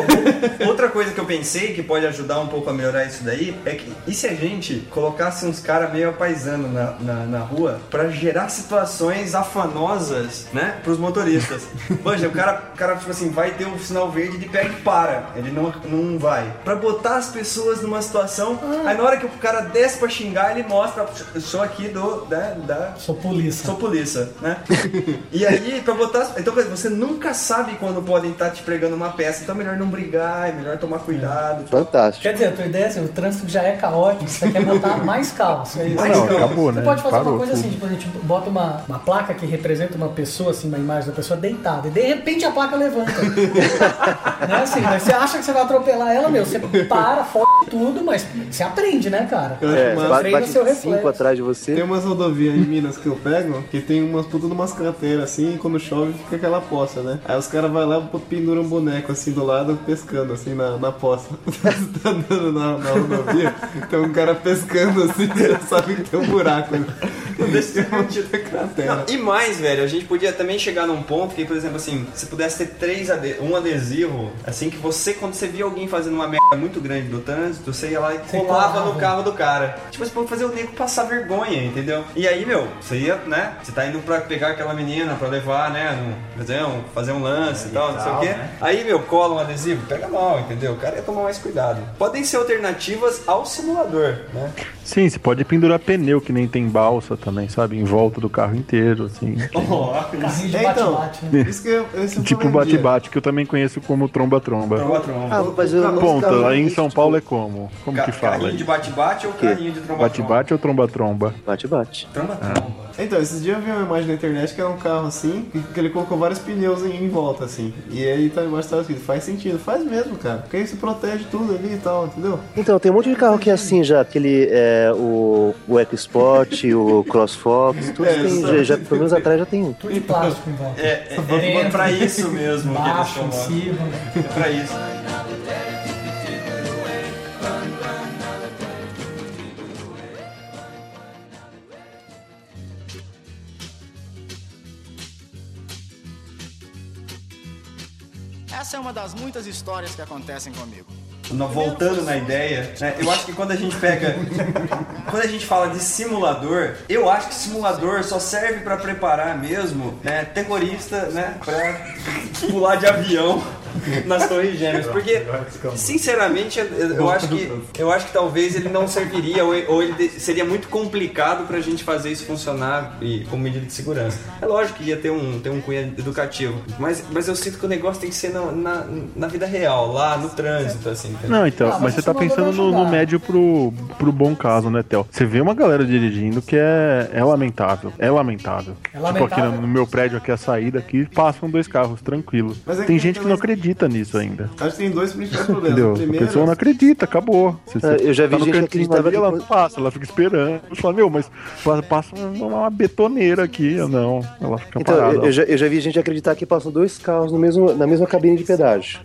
Outra coisa que eu pensei que pode ajudar um pouco a melhorar isso daí é que e se a gente colocasse uns caras meio apaisando na, na, na rua pra gerar situações afanosas, né, pros motoristas? Manja, o cara, o cara, tipo assim, vai ter um sinal verde, ele pega e para, ele não, não vai. Pra botar as pessoas numa situação, aí na hora que o cara desce pra xingar, ele mostra, eu sou aqui do, da, da
Sou polícia.
Sou polícia, né? e aí, pra botar. Então, quer dizer, você nunca sabe quando podem estar te pregando uma peça, então é melhor não brigar, é melhor tomar cuidado.
Fantástico.
Quer dizer, a tua ideia é assim, o trânsito já é caótico, você quer botar mais caos. É isso.
Mais Não, caos.
acabou,
você
né?
pode fazer
Parou
uma coisa
tudo.
assim, tipo, a gente bota uma, uma placa que representa uma pessoa, assim, uma imagem da pessoa deitada, e de repente a placa levanta. né, assim, mas você acha que você vai atropelar ela, meu, você para, foda tudo, mas você aprende, né, cara?
Eu acho
É,
massa.
ba-
Treina
bate
seu
cinco
reflexo.
atrás de você.
Tem umas rodovias em Minas que eu pego, que tem umas puta de umas crateras assim, e quando chove fica aquela poça, né? Aí os caras vai lá e pendura um boneco assim do lado, pescando assim na, na poça. *laughs* tá andando na, na rodovia, tem um cara pescando assim, *laughs* você já sabe que tem um buraco. Deixa eu tirar
é Não,
cratera.
e mais, velho, a gente podia também chegar num ponto que, por exemplo, assim, se pudesse ter três ade- um adesivo, assim, que você, quando você via alguém fazendo uma merda muito grande no trânsito, você ia lá e
Você
colava
colava.
no carro do cara. Tipo, você pode fazer o nego passar vergonha, entendeu? E aí, meu, você ia, né? Você tá indo pra pegar aquela menina, pra levar, né? num- fazer, um, fazer um lance e tal, não sei o
tal,
quê.
né?
Aí, meu, cola um adesivo, pega mal, entendeu? O cara ia tomar mais cuidado. Podem ser alternativas ao simulador, né?
Sim, você pode pendurar pneu, que nem tem balsa também, sabe? Em volta do carro inteiro, assim.
Carrinho de
É, então.
bate-bate, né?
Isso que eu, esse é o
tipo
primeiro dia.
bate-bate, que eu também conheço como tromba-tromba.
Ah, vou fazer um
Ponta, lá em São Paulo é como? Como
Ca-
que fala?
Carrinho
aí?
de bate-bate ou carrinho de tromba-tromba?
Bate-bate ou tromba-tromba?
Bate, bate.
Tromba-tromba.
Então, esses dias eu vi uma imagem na internet que era um carro assim, que- que ele colocou vários pneus em, em volta, assim. E aí tá embaixo tava escrito, faz sentido, faz mesmo, cara. Porque aí se protege tudo ali e tal, entendeu?
Então, tem um monte de carro que é assim já. Aquele, é, o, o EcoSport, o CrossFox, tudo
É,
tem,
só-
já, já- pelo menos atrás já tem um.
Tudo de plástico em volta.
É, é, é
Dentro,
pra isso mesmo que eles
Baixo, em
chamam.
cima.
É pra isso.
Essa é uma das muitas histórias que acontecem comigo.
Não, Voltando na ideia, né, eu acho que quando a gente pega. quando a gente fala de simulador, eu acho que simulador só serve pra preparar mesmo né, terrorista, né? Pra pular de avião *laughs* nas torres gêmeas. Porque, sinceramente, eu- eu acho que, eu acho que talvez ele não serviria, ou ou ele de- seria muito complicado pra gente fazer isso funcionar e, como medida de segurança. É lógico que ia ter um, ter um cunho educativo, mas, mas eu sinto que o negócio tem que ser na, na, na vida real, lá no trânsito, assim. entendeu?
Não, então,
Ah, mas
mas você tá
isso não vai
pensando no,
ajudar.
no médio pro, pro bom caso, né, Theo? Você vê uma galera dirigindo que é, é lamentável. É lamentável.
É lamentável.
Tipo, aqui no, no meu prédio, aqui a saída, aqui passam dois carros, tranquilo.
Mas é que Tá
Tem
tem
gente que não
também-
acredita nisso ainda.
Acho que tem dois principais problemas.
Entendeu?
O
A pessoa
primeiro
não acredita, acabou. Se
Ah, eu já vi
no
gente que
cantinho
acreditava
ali,
que
ela
quando-
não passa, ela fica esperando. Você fala, meu, mas pa- passa uma, uma betoneira aqui. Eu, Não, ela fica
Então,
parada.
eu, eu já, eu já vi gente acreditar que passam dois carros no mesmo, na mesma cabine de pedágio.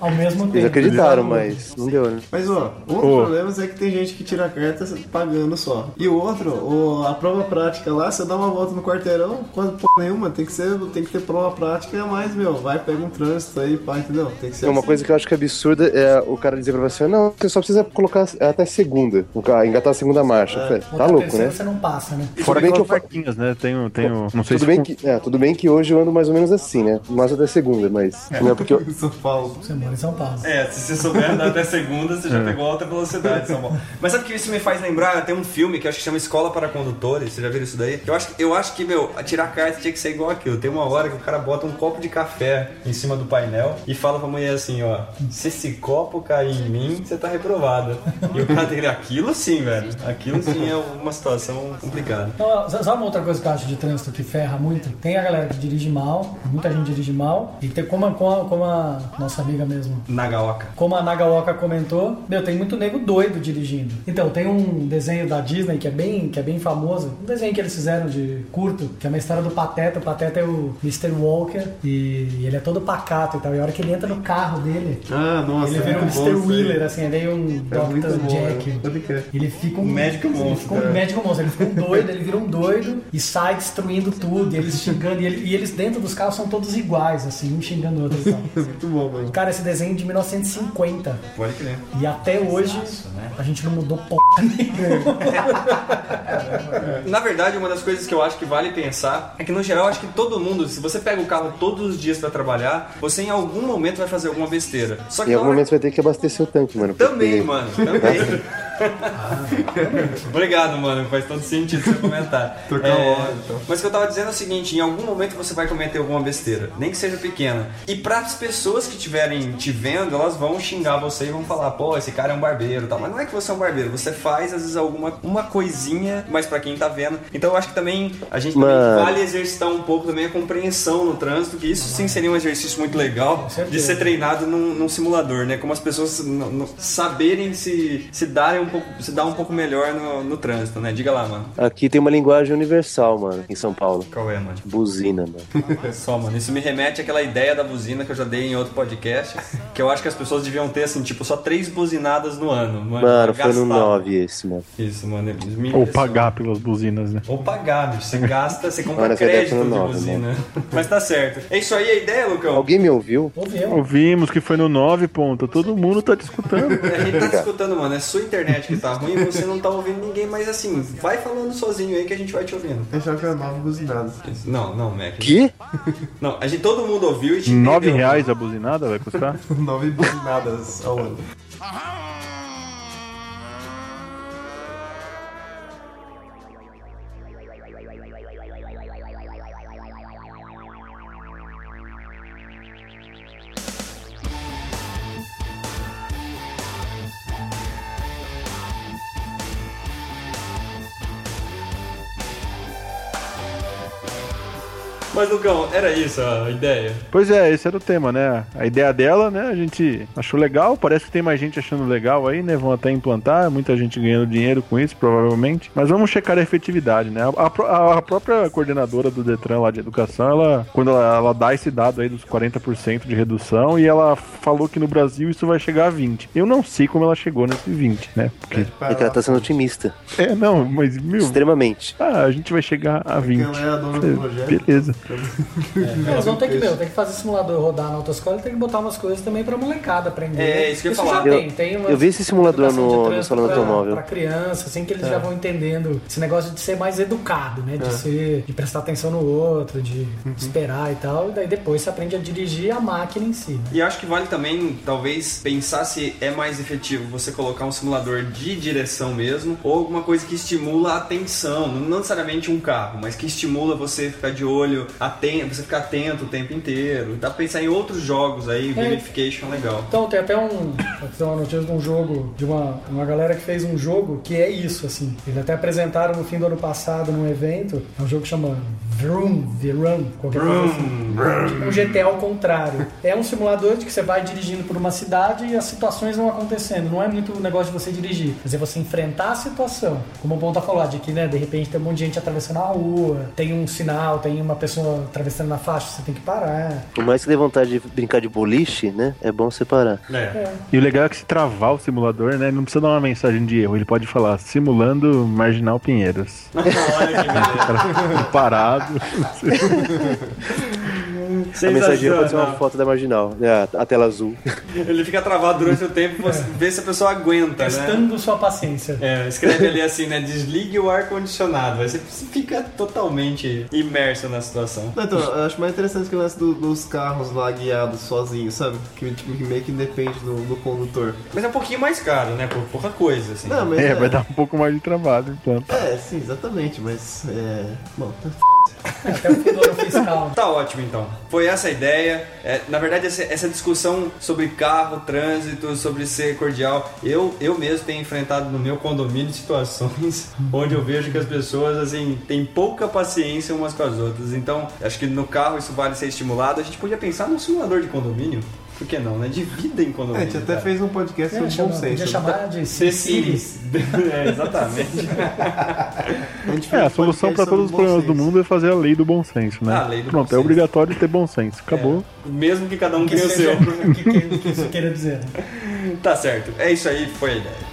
Ao mesmo tempo.
Eles acreditaram, mas não deu, né?
Mas, ó, um dos
Ô.
problemas é que tem gente que tira a carta pagando só. E o outro, o- a prova prática lá, você dá uma volta no quarteirão, quase porra nenhuma, tem que, ser, tem que ter prova prática a mais, meu. meu, vai, pega um trânsito aí, pá, entendeu? Tem que ser
Uma
assim.
coisa que eu acho que é absurda é o cara dizer pra você, não, você só precisa colocar é, até segunda, no carro, engatar a segunda marcha. Eu falei,
Botar
tá louco,
terceira,
né?
Você não passa, né?
Fora bem que eu fa-
Marquinhos, né? Tenho, tenho, não sei
tudo,
se
bem que, é, tudo bem que hoje eu ando mais ou menos assim, né? Mas até segunda, mas. Não é
*laughs*
porque eu,
São Paulo.
Você mora em São Paulo.
É, se você souber andar até segunda, você já
É.
pegou alta velocidade, São Paulo. Mas sabe o que isso me faz lembrar? Tem um filme que eu acho que chama Escola para Condutores, você já viu isso daí? Eu acho, eu acho que, meu, tirar carta tinha que ser igual aquilo. Tem uma hora que o cara bota um copo de café em cima do painel e fala pra mulher assim, ó, se esse copo cair em mim, você tá reprovada. E o cara tem que ler, aquilo sim, velho. Aquilo sim é uma situação complicada.
Então, sabe uma outra coisa que eu acho de trânsito que ferra muito? Tem a galera que dirige mal, muita gente dirige mal, e tem como a, como a- como a nossa amiga mesmo.
Nagaoka.
Como a Nagaoka comentou, meu, tem muito nego doido dirigindo. Então, tem um desenho da Disney que é bem, que é bem famoso, um desenho que eles fizeram de curto, que é uma história do Pateta. O Pateta é o Mr. Walker e ele é todo pacato e tal. E a hora que ele entra no carro dele,
Ah, nossa,
ele vira
é
um
muito bom
Mr.
isso aí.
Wheeler, assim, ele é um
É muito
Dr.
bom,
Jack.
é. Pode crer.
Ele fica um
Médico
ele
monstro,
fica um
é.
médico monstro. Ele fica um doido, ele vira um doido e sai destruindo tudo. E eles xingando. E, ele- e eles dentro dos carros são todos iguais, assim, um xingando o outro.
*laughs*
e tal.
Muito bom, mano.
Cara, esse desenho é de 1950.
Pode crer.
E até hoje
né?
a gente não mudou porra nenhuma.
Na verdade, uma das coisas que eu acho que vale pensar é que, no geral, acho que todo mundo, se você pega o carro todos os dias pra trabalhar, você em algum momento vai fazer alguma besteira. Só que
em
na
algum
hora-
momento vai ter que abastecer o tanque, mano. porque-
Também, mano,
*laughs*
também. Obrigado, mano. Faz todo sentido seu comentário. É,
Trocar o óleo, então.
Mas o que eu tava dizendo é o seguinte: em algum momento você vai cometer alguma besteira, nem que seja pequena. E para as pessoas que estiverem te vendo, elas vão xingar você e vão falar: pô, esse cara é um barbeiro e tal. Mas não é que você é um barbeiro, você faz às vezes alguma uma coisinha, mas para quem tá vendo. Então eu acho que também a gente também
Mano.
vale exercitar um pouco também a compreensão no trânsito, que isso sim seria um exercício muito legal de
certeza.
ser treinado num, num simulador, né? Como as pessoas n- n- saberem se, se darem um pouco, se dar um pouco melhor no, no trânsito, né? Diga lá, mano.
Aqui tem uma linguagem universal, mano, em São Paulo.
Qual é, mano?
Buzina, mano.
Só, mano. Isso me remete àquela ideia da buzina que eu já dei em outro podcast, que eu acho que as pessoas deviam ter, assim, tipo, só três buzinadas no ano. Mano,
Mano, foi no
gastar.
9 esse, mano.
Isso, mano. eles Me
Ou
impressionam.
pagar pelas buzinas, né?
Ou pagar, bicho. Você gasta, você compra
Mano, essa ideia
crédito
foi no
de
9,
buzina. *laughs* Mas tá certo. É isso aí a ideia, Lucão?
Alguém me *laughs* ouviu?
Ouviu?
Ouvimos que foi no 9, ponto. Todo mundo tá te escutando.
A gente tá te escutando, mano. É sua internet que tá ruim e você não tá ouvindo ninguém, mas assim, vai falando sozinho aí que a gente vai te ouvindo.
Eu achava que era nove buzinadas. *laughs*
Não, não, Mac.
Que?
Não, a gente, todo mundo ouviu e te
9
entendeu.
reais a buzinada vai custar?
Nove buzinadas ao ano.
Mas, Lucão, era isso a ideia.
Pois é, esse era o tema, né? A ideia dela, né? A gente achou legal, parece que tem mais gente achando legal aí, né? Vão até implantar, muita gente ganhando dinheiro com isso, provavelmente. Mas vamos checar a efetividade, né? A, pró- a- a própria coordenadora do Detran lá de educação, ela, quando ela, ela dá esse dado aí dos 40% de redução, e ela falou que no Brasil isso vai chegar a 20%. Eu não sei como ela chegou nesse 20%, né? Porque.
É que ela tá sendo otimista.
É, não, mas, meu.
Extremamente.
Ah, a gente vai chegar a 20.
ela é a dona do projeto.
Beleza.
Eles vão ter que, meu, tem que fazer simulador rodar na autoescola e tem que botar umas coisas também pra molecada aprender. né?
É, isso que eu ia falar.
já
Eu-
tem, tem uma
eu vi esse simulador
educação
no-
de
no
trânsito
Salão do
pra-
Automóvel. É.
Pra criança, assim que eles já vão entendendo esse negócio de ser mais educado, né? De ser, de prestar atenção no outro, de
Uhum.
esperar e tal. E daí depois você aprende a dirigir a máquina em si. né?
E acho que vale também, talvez, pensar se é mais efetivo você colocar um simulador de direção mesmo, ou alguma coisa que estimula a atenção, não necessariamente um carro, mas que estimula você ficar de olho, atento, você ficar atento o tempo inteiro. Dá pra pensar em outros jogos aí, gamification é legal.
Então, tem até um. Tem uma notícia de um jogo, de uma, uma galera que fez um jogo que é isso, assim. Eles até apresentaram no fim do ano passado num evento. É um jogo que chama Vroom, Vroom, qualquer coisa assim. Tipo um GTA ao contrário. É um simulador de que você vai dirigindo por uma cidade e as situações vão acontecendo. Não é muito o negócio de você dirigir, mas é você enfrentar a situação. Como o Bom tá falando, de que, né, de repente tem um monte de gente atravessando a rua, tem um sinal, tem uma pessoa atravessando na faixa, você tem que parar.
Por mais que dê vontade de brincar de boliche, né? É bom separar.
*laughs*
E o legal é que se travar o simulador, né? Não precisa dar uma mensagem de erro. Ele pode falar simulando Marginal
*laughs*
Pinheiros.
Olha que beleza.
Parado.
A mensagem pode ser uma
Sensacional.
foto da marginal, né? A- A tela azul.
Ele fica travado durante o tempo e você vê se a pessoa aguenta, né?
Testando sua paciência.
É, escreve ali assim, né? Desligue o ar-condicionado. Aí Você fica totalmente imerso na situação.
Não, então, eu acho mais interessante que o lance do- dos carros lá guiados sozinhos, sabe? Que, tipo, que meio que depende do, do condutor.
Mas é um pouquinho mais caro, né? Por pouca coisa, assim.
Não, mas
É, vai dar um pouco mais de trabalho, então.
É, sim, exatamente, mas é. Bom, tá f...
É, fiscal. né?
Tá ótimo então. Foi essa a ideia. É, na verdade, essa, essa discussão sobre carro, trânsito, sobre ser cordial, eu, eu mesmo tenho enfrentado no meu condomínio situações *laughs* onde eu vejo que as pessoas assim têm pouca paciência umas com as outras. Então, acho que no carro isso vale ser estimulado. A gente podia pensar num simulador de condomínio. Por que não, né? De vida em
É, A
condomínio.
gente até
cara.
fez um podcast
É,
sobre
chama-
bom senso.
podia chamar de Cecilis.
Cecilis. *laughs* é, exatamente.
A gente fez
É,
um
a solução
podcast
pra todos
sobre
os
bom
problemas do
senso.
mundo é fazer a lei do bom senso, né?
Ah, a lei do
Pronto,
bom
é
senso.
obrigatório ter bom senso. Acabou.
Mesmo que cada um
Que
tenha o
seja
seu.
o que, que, que isso queira dizer. né?
um
Tá certo. É isso aí, foi a ideia.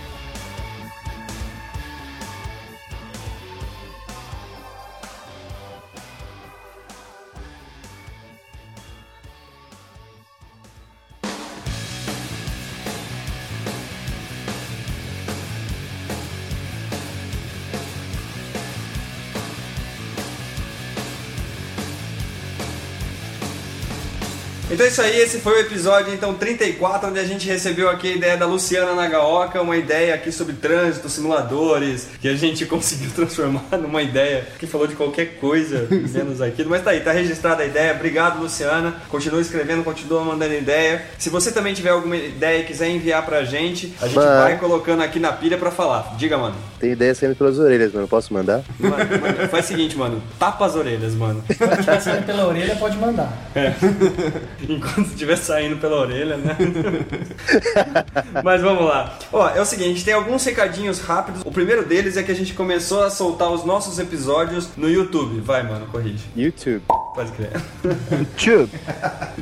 Então é isso aí, esse foi o episódio então 34, onde a gente recebeu aqui a ideia da Luciana Nagaoka, uma ideia aqui sobre trânsito, simuladores, que a gente *laughs* conseguiu transformar numa ideia que falou de qualquer coisa, menos aquilo. Mas tá aí, tá registrada a ideia. Obrigado, Luciana. Continua escrevendo, continua mandando ideia. Se você também tiver alguma ideia e quiser enviar pra gente, a gente
Mano.
vai colocando aqui na pilha pra falar. Diga, mano.
Tem ideia saindo pelas orelhas, mano. Posso
*laughs*
mandar?
Mano, mano, faz o seguinte, mano. Tapa as orelhas, mano.
Quando estiver saindo pela orelha, pode mandar.
*laughs* Enquanto estiver saindo pela orelha, né? *laughs* Mas vamos lá. Ó, é o seguinte, tem alguns recadinhos rápidos. O primeiro deles é que a gente começou a soltar os nossos episódios no YouTube. Vai, mano, corrige.
YouTube.
Pode
*laughs*
crer.
Tchau.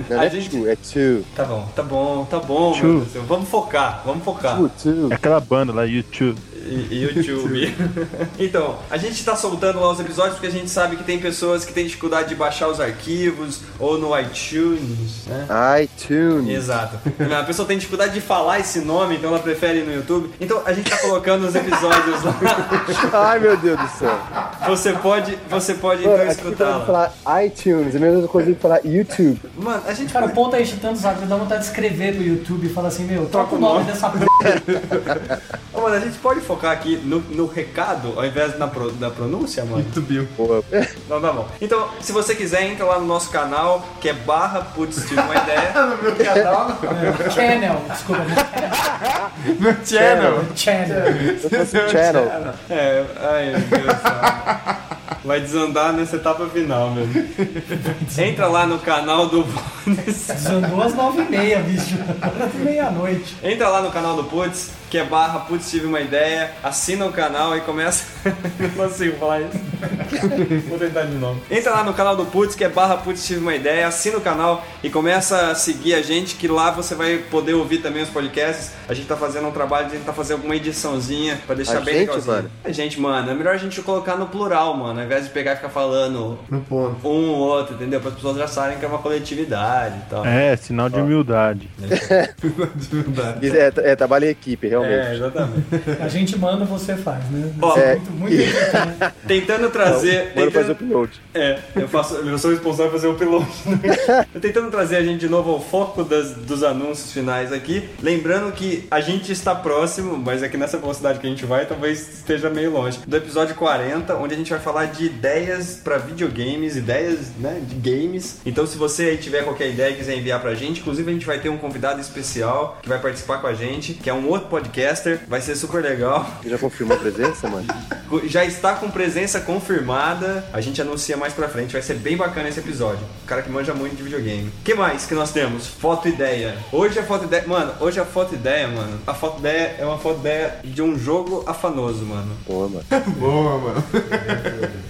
Não, não é tu, é tu.
Tá bom, tá bom, tá bom, meu Deus do céu. Vamos focar, vamos focar.
Tu, tu.
É aquela banda lá, YouTube.
*laughs*
E- YouTube. então, a gente tá soltando lá os episódios porque a gente sabe que tem pessoas que têm dificuldade de baixar os arquivos ou no iTunes, né?
iTunes.
Exato. A pessoa tem dificuldade de falar esse nome, então ela prefere ir no YouTube. Então a gente tá colocando os episódios lá.
*laughs* Ai, meu Deus do céu.
Você pode, você pode
Mano,
então
aqui tá
escutá-la.
falar iTunes, é a mesma coisa que falar YouTube.
Mano, a gente
Cara, o
pode-
ponto é isso tanto sabe, dá vontade de escrever no YouTube e falar assim, meu, troca o nome dessa p...
Ô, mano, a gente pode focar aqui no, no recado ao invés na, pro- da pronúncia, mano?
Boa.
*laughs* Não, tá bom. Então, se você quiser, entra lá no nosso canal, que é barra, putz, tive uma ideia.
Channel. Desculpa, né?
Channel!
*laughs* Channel.
Channel.
É, ai, meu Deus do céu. Vai desandar nessa etapa final, meu. Entra lá no canal do Bones.
Desandou às nove e meia, bicho. Agora tem meia-noite.
Entra lá no canal do Putz, que é barra Putz Tive Uma Ideia, assina o canal e começa... *laughs* Não consigo falar isso. *laughs* Vou tentar de novo. Entra lá no canal do Putz, que é barra Putz Tive Uma Ideia, assina o canal e começa a seguir a gente, que lá você vai poder ouvir também os podcasts. A gente tá fazendo um trabalho, a gente tá fazendo alguma ediçãozinha pra deixar
A
bem
gente,
legalzinho.
mano?
A gente, mano, é melhor a gente colocar no plural, mano, ao invés de pegar e ficar falando
No ponto.
um outro, entendeu? Para as pessoas já sabem que é uma coletividade e tal.
É, sinal de humildade.
De verdade.
É, tra- é, trabalho em equipe,
É,
realmente.
*laughs* exatamente.
A gente manda, você faz, né?
Ó,
É.
Muito, muito importante.
Tentando trazer.
Bora
tentando-
fazer upload.
É, eu, faço, eu sou responsável por fazer o piloto. Eu tentando trazer a gente de novo ao foco das- dos anúncios finais aqui. Lembrando que a gente está próximo, mas aqui nessa velocidade que a gente vai, talvez esteja meio longe. Do episódio 40, onde a gente vai falar de ideias para videogames, ideias né, de games. Então, se você aí tiver qualquer ideia e quiser enviar pra gente, inclusive a gente vai ter um convidado especial que vai participar com a gente, que é um outro podcaster. Vai ser super legal.
Já confirmou a presença, mano?
Já está com presença confirmada. A gente anuncia mais pra frente. Vai ser bem bacana esse episódio. O cara que manja muito de videogame. que mais que nós temos? Foto ideia. Hoje a foto ideia. Mano, hoje a foto ideia, mano. A foto ideia é uma foto ideia de um jogo afanoso, mano.
Boa, mano.
Boa, mano.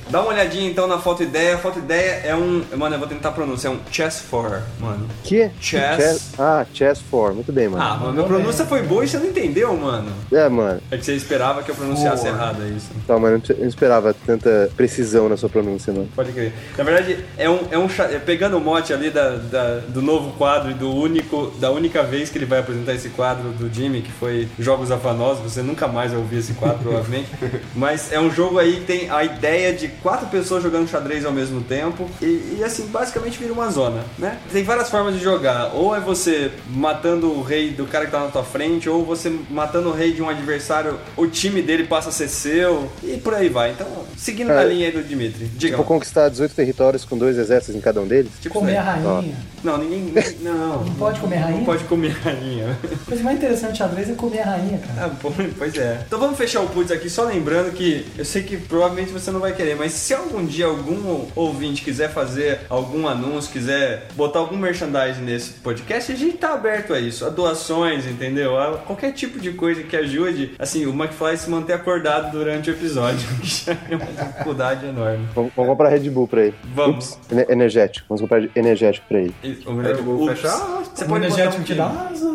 Dá uma olhadinha então na foto ideia. A foto ideia é um. Mano, eu vou tentar pronunciar. É um chess for, mano.
Que?
Chess.
Ah, Chess 4. Muito bem, mano. Ah,
Ah, mano, minha pronúncia foi boa e você não entendeu, Entendeu, mano?
É, mano.
É que você esperava que eu pronunciasse
Porra.
errado, é isso.
Tá, mano, eu não te- eu não esperava tanta precisão na sua pronúncia, mano.
Pode crer. Na verdade, é um, é um cha- é pegando o mote ali da, da- do novo quadro e do único, da única vez que ele vai apresentar esse quadro do Jimmy, que foi Jogos Afanosos, você nunca mais vai ouvir esse quadro,
*laughs*
provavelmente. Mas é um jogo aí que tem a ideia de quatro pessoas jogando xadrez ao mesmo tempo e, e, assim, basicamente vira uma zona, né? Tem várias formas de jogar. Ou é você matando o rei do cara que tá na tua frente, ou você matando o rei de um adversário, o time dele passa a ser seu, e por aí vai. Então, seguindo a
É.
linha aí do Dimitri. Diga.
Tipo, conquistar 18 territórios com dois exércitos em cada um deles?
Tipo
Comer
isso
a
aí.
rainha.
Não,
*laughs*
ninguém. ninguém- Não. Não
pode comer rainha?
Não pode comer rainha. *laughs*
A coisa mais interessante de xadrez é comer a rainha, cara.
Ah, pô, pois é. Então vamos fechar o putz aqui, só lembrando que eu sei que provavelmente você não vai querer, mas se algum dia algum ouvinte quiser fazer algum anúncio, quiser botar algum merchandising nesse podcast, a gente tá aberto a isso, a doações, entendeu? A qualquer tipo de coisa que ajude, assim, o McFly se manter acordado durante o episódio, *laughs* que já é uma dificuldade enorme.
Vamos, vamos comprar Red Bull pra ele.
Vamos.
Ener- energético. Vamos comprar energético pra ele.
E- o melhor-
Vou
É, Ups.
fechar
Você
O
pode botar
energético
um
te
time.
dá asa.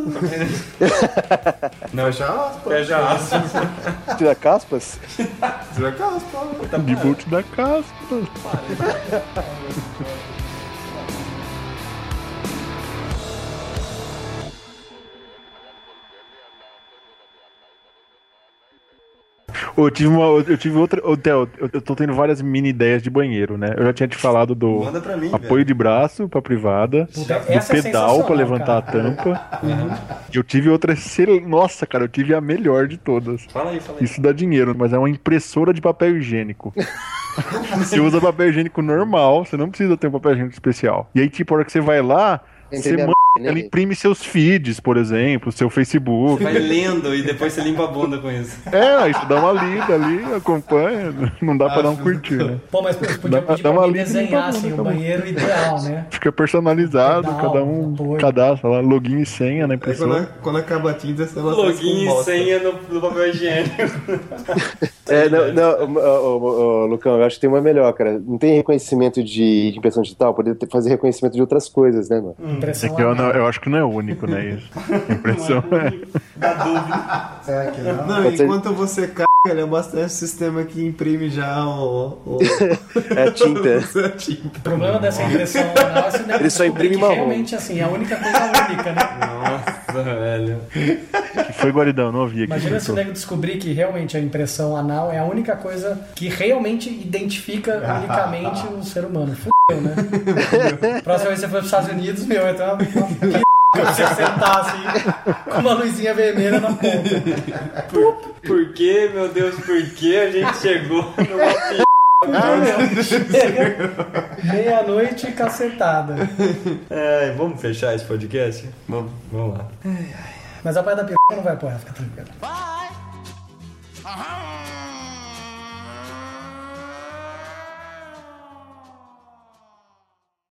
*laughs* Não,
já.
Fecha aspas.
Tira caspas?
Tira caspa.
De boot da caspa. Ô, Eu tive uma. Eu tive outra. ô, Theo, eu, eu tô tendo várias mini ideias de banheiro, né? Eu já tinha te falado do
Manda pra mim,
apoio de braço pra privada,
Puta,
do
essa é
um pedal pra
sensacional,
levantar
cara. Uhum.
a tampa. E Eu tive outra. excel- Nossa, cara, eu tive a melhor de todas.
Fala aí, fala aí.
Isso dá dinheiro, mas é uma impressora de papel higiênico. você usa papel higiênico normal, você não precisa ter um papel higiênico especial. E aí, tipo, a hora que você vai lá,
Tem
você
TV
manda,
né,
ela
gente?
imprime seus feeds, por exemplo, seu Facebook.
Você vai lendo e depois você limpa a bunda com isso.
É, aí você dá uma lida ali, acompanha. Não dá pra dar um curtir, né?
Pô, mas
Dá-
podia pedir pra
dá uma
mim
lida no
desenhar
bagulho,
assim,
tá
um
bom.
banheiro ideal, né?
Fica personalizado,
Dá
cada um cadastra lá, login e senha na
Aí quando,
impressora.
quando acaba a tinta, você vai
Login e senha no, no papel *laughs* higiênico.
É, não, não, ô, ô, ô, ô, Lucão, eu acho que tem uma melhor, cara. Não tem reconhecimento de impressão digital, poder ter- fazer reconhecimento de outras coisas, né, mano?
É
Impressão
que eu, não- eu acho que não é único, né? Isso. A impressão é.
Será que não?
Não,
Pode ser-
enquanto você caga, ele abastece o sistema que imprime já o. o...
É a tinta.
a tinta.
O problema dessa impressão anal é se deve
Ele só
descobrir
imprime
que
marrom.
Realmente, assim, é a única coisa única, né?
Nossa, velho.
Que foi guaridão, não ouvi aqui.
Imagina se o
impressora.
nego descobrir que realmente a impressão anal é a única coisa que realmente identifica unicamente o ser humano. Fudeu, né? Próxima vez que você for para os Estados Unidos, meu, vai ter uma, uma p... pra você sentar assim, com uma luzinha vermelha na ponta.
Por que, meu Deus, por que a *laughs* gente chegou numa
Meia-noite e cacetada.
é, Vamos fechar esse podcast? Vamos. Vamos lá.
Mas a parte da p... não vai apanhar, fica tranquilo.
Bye. Uh-huh.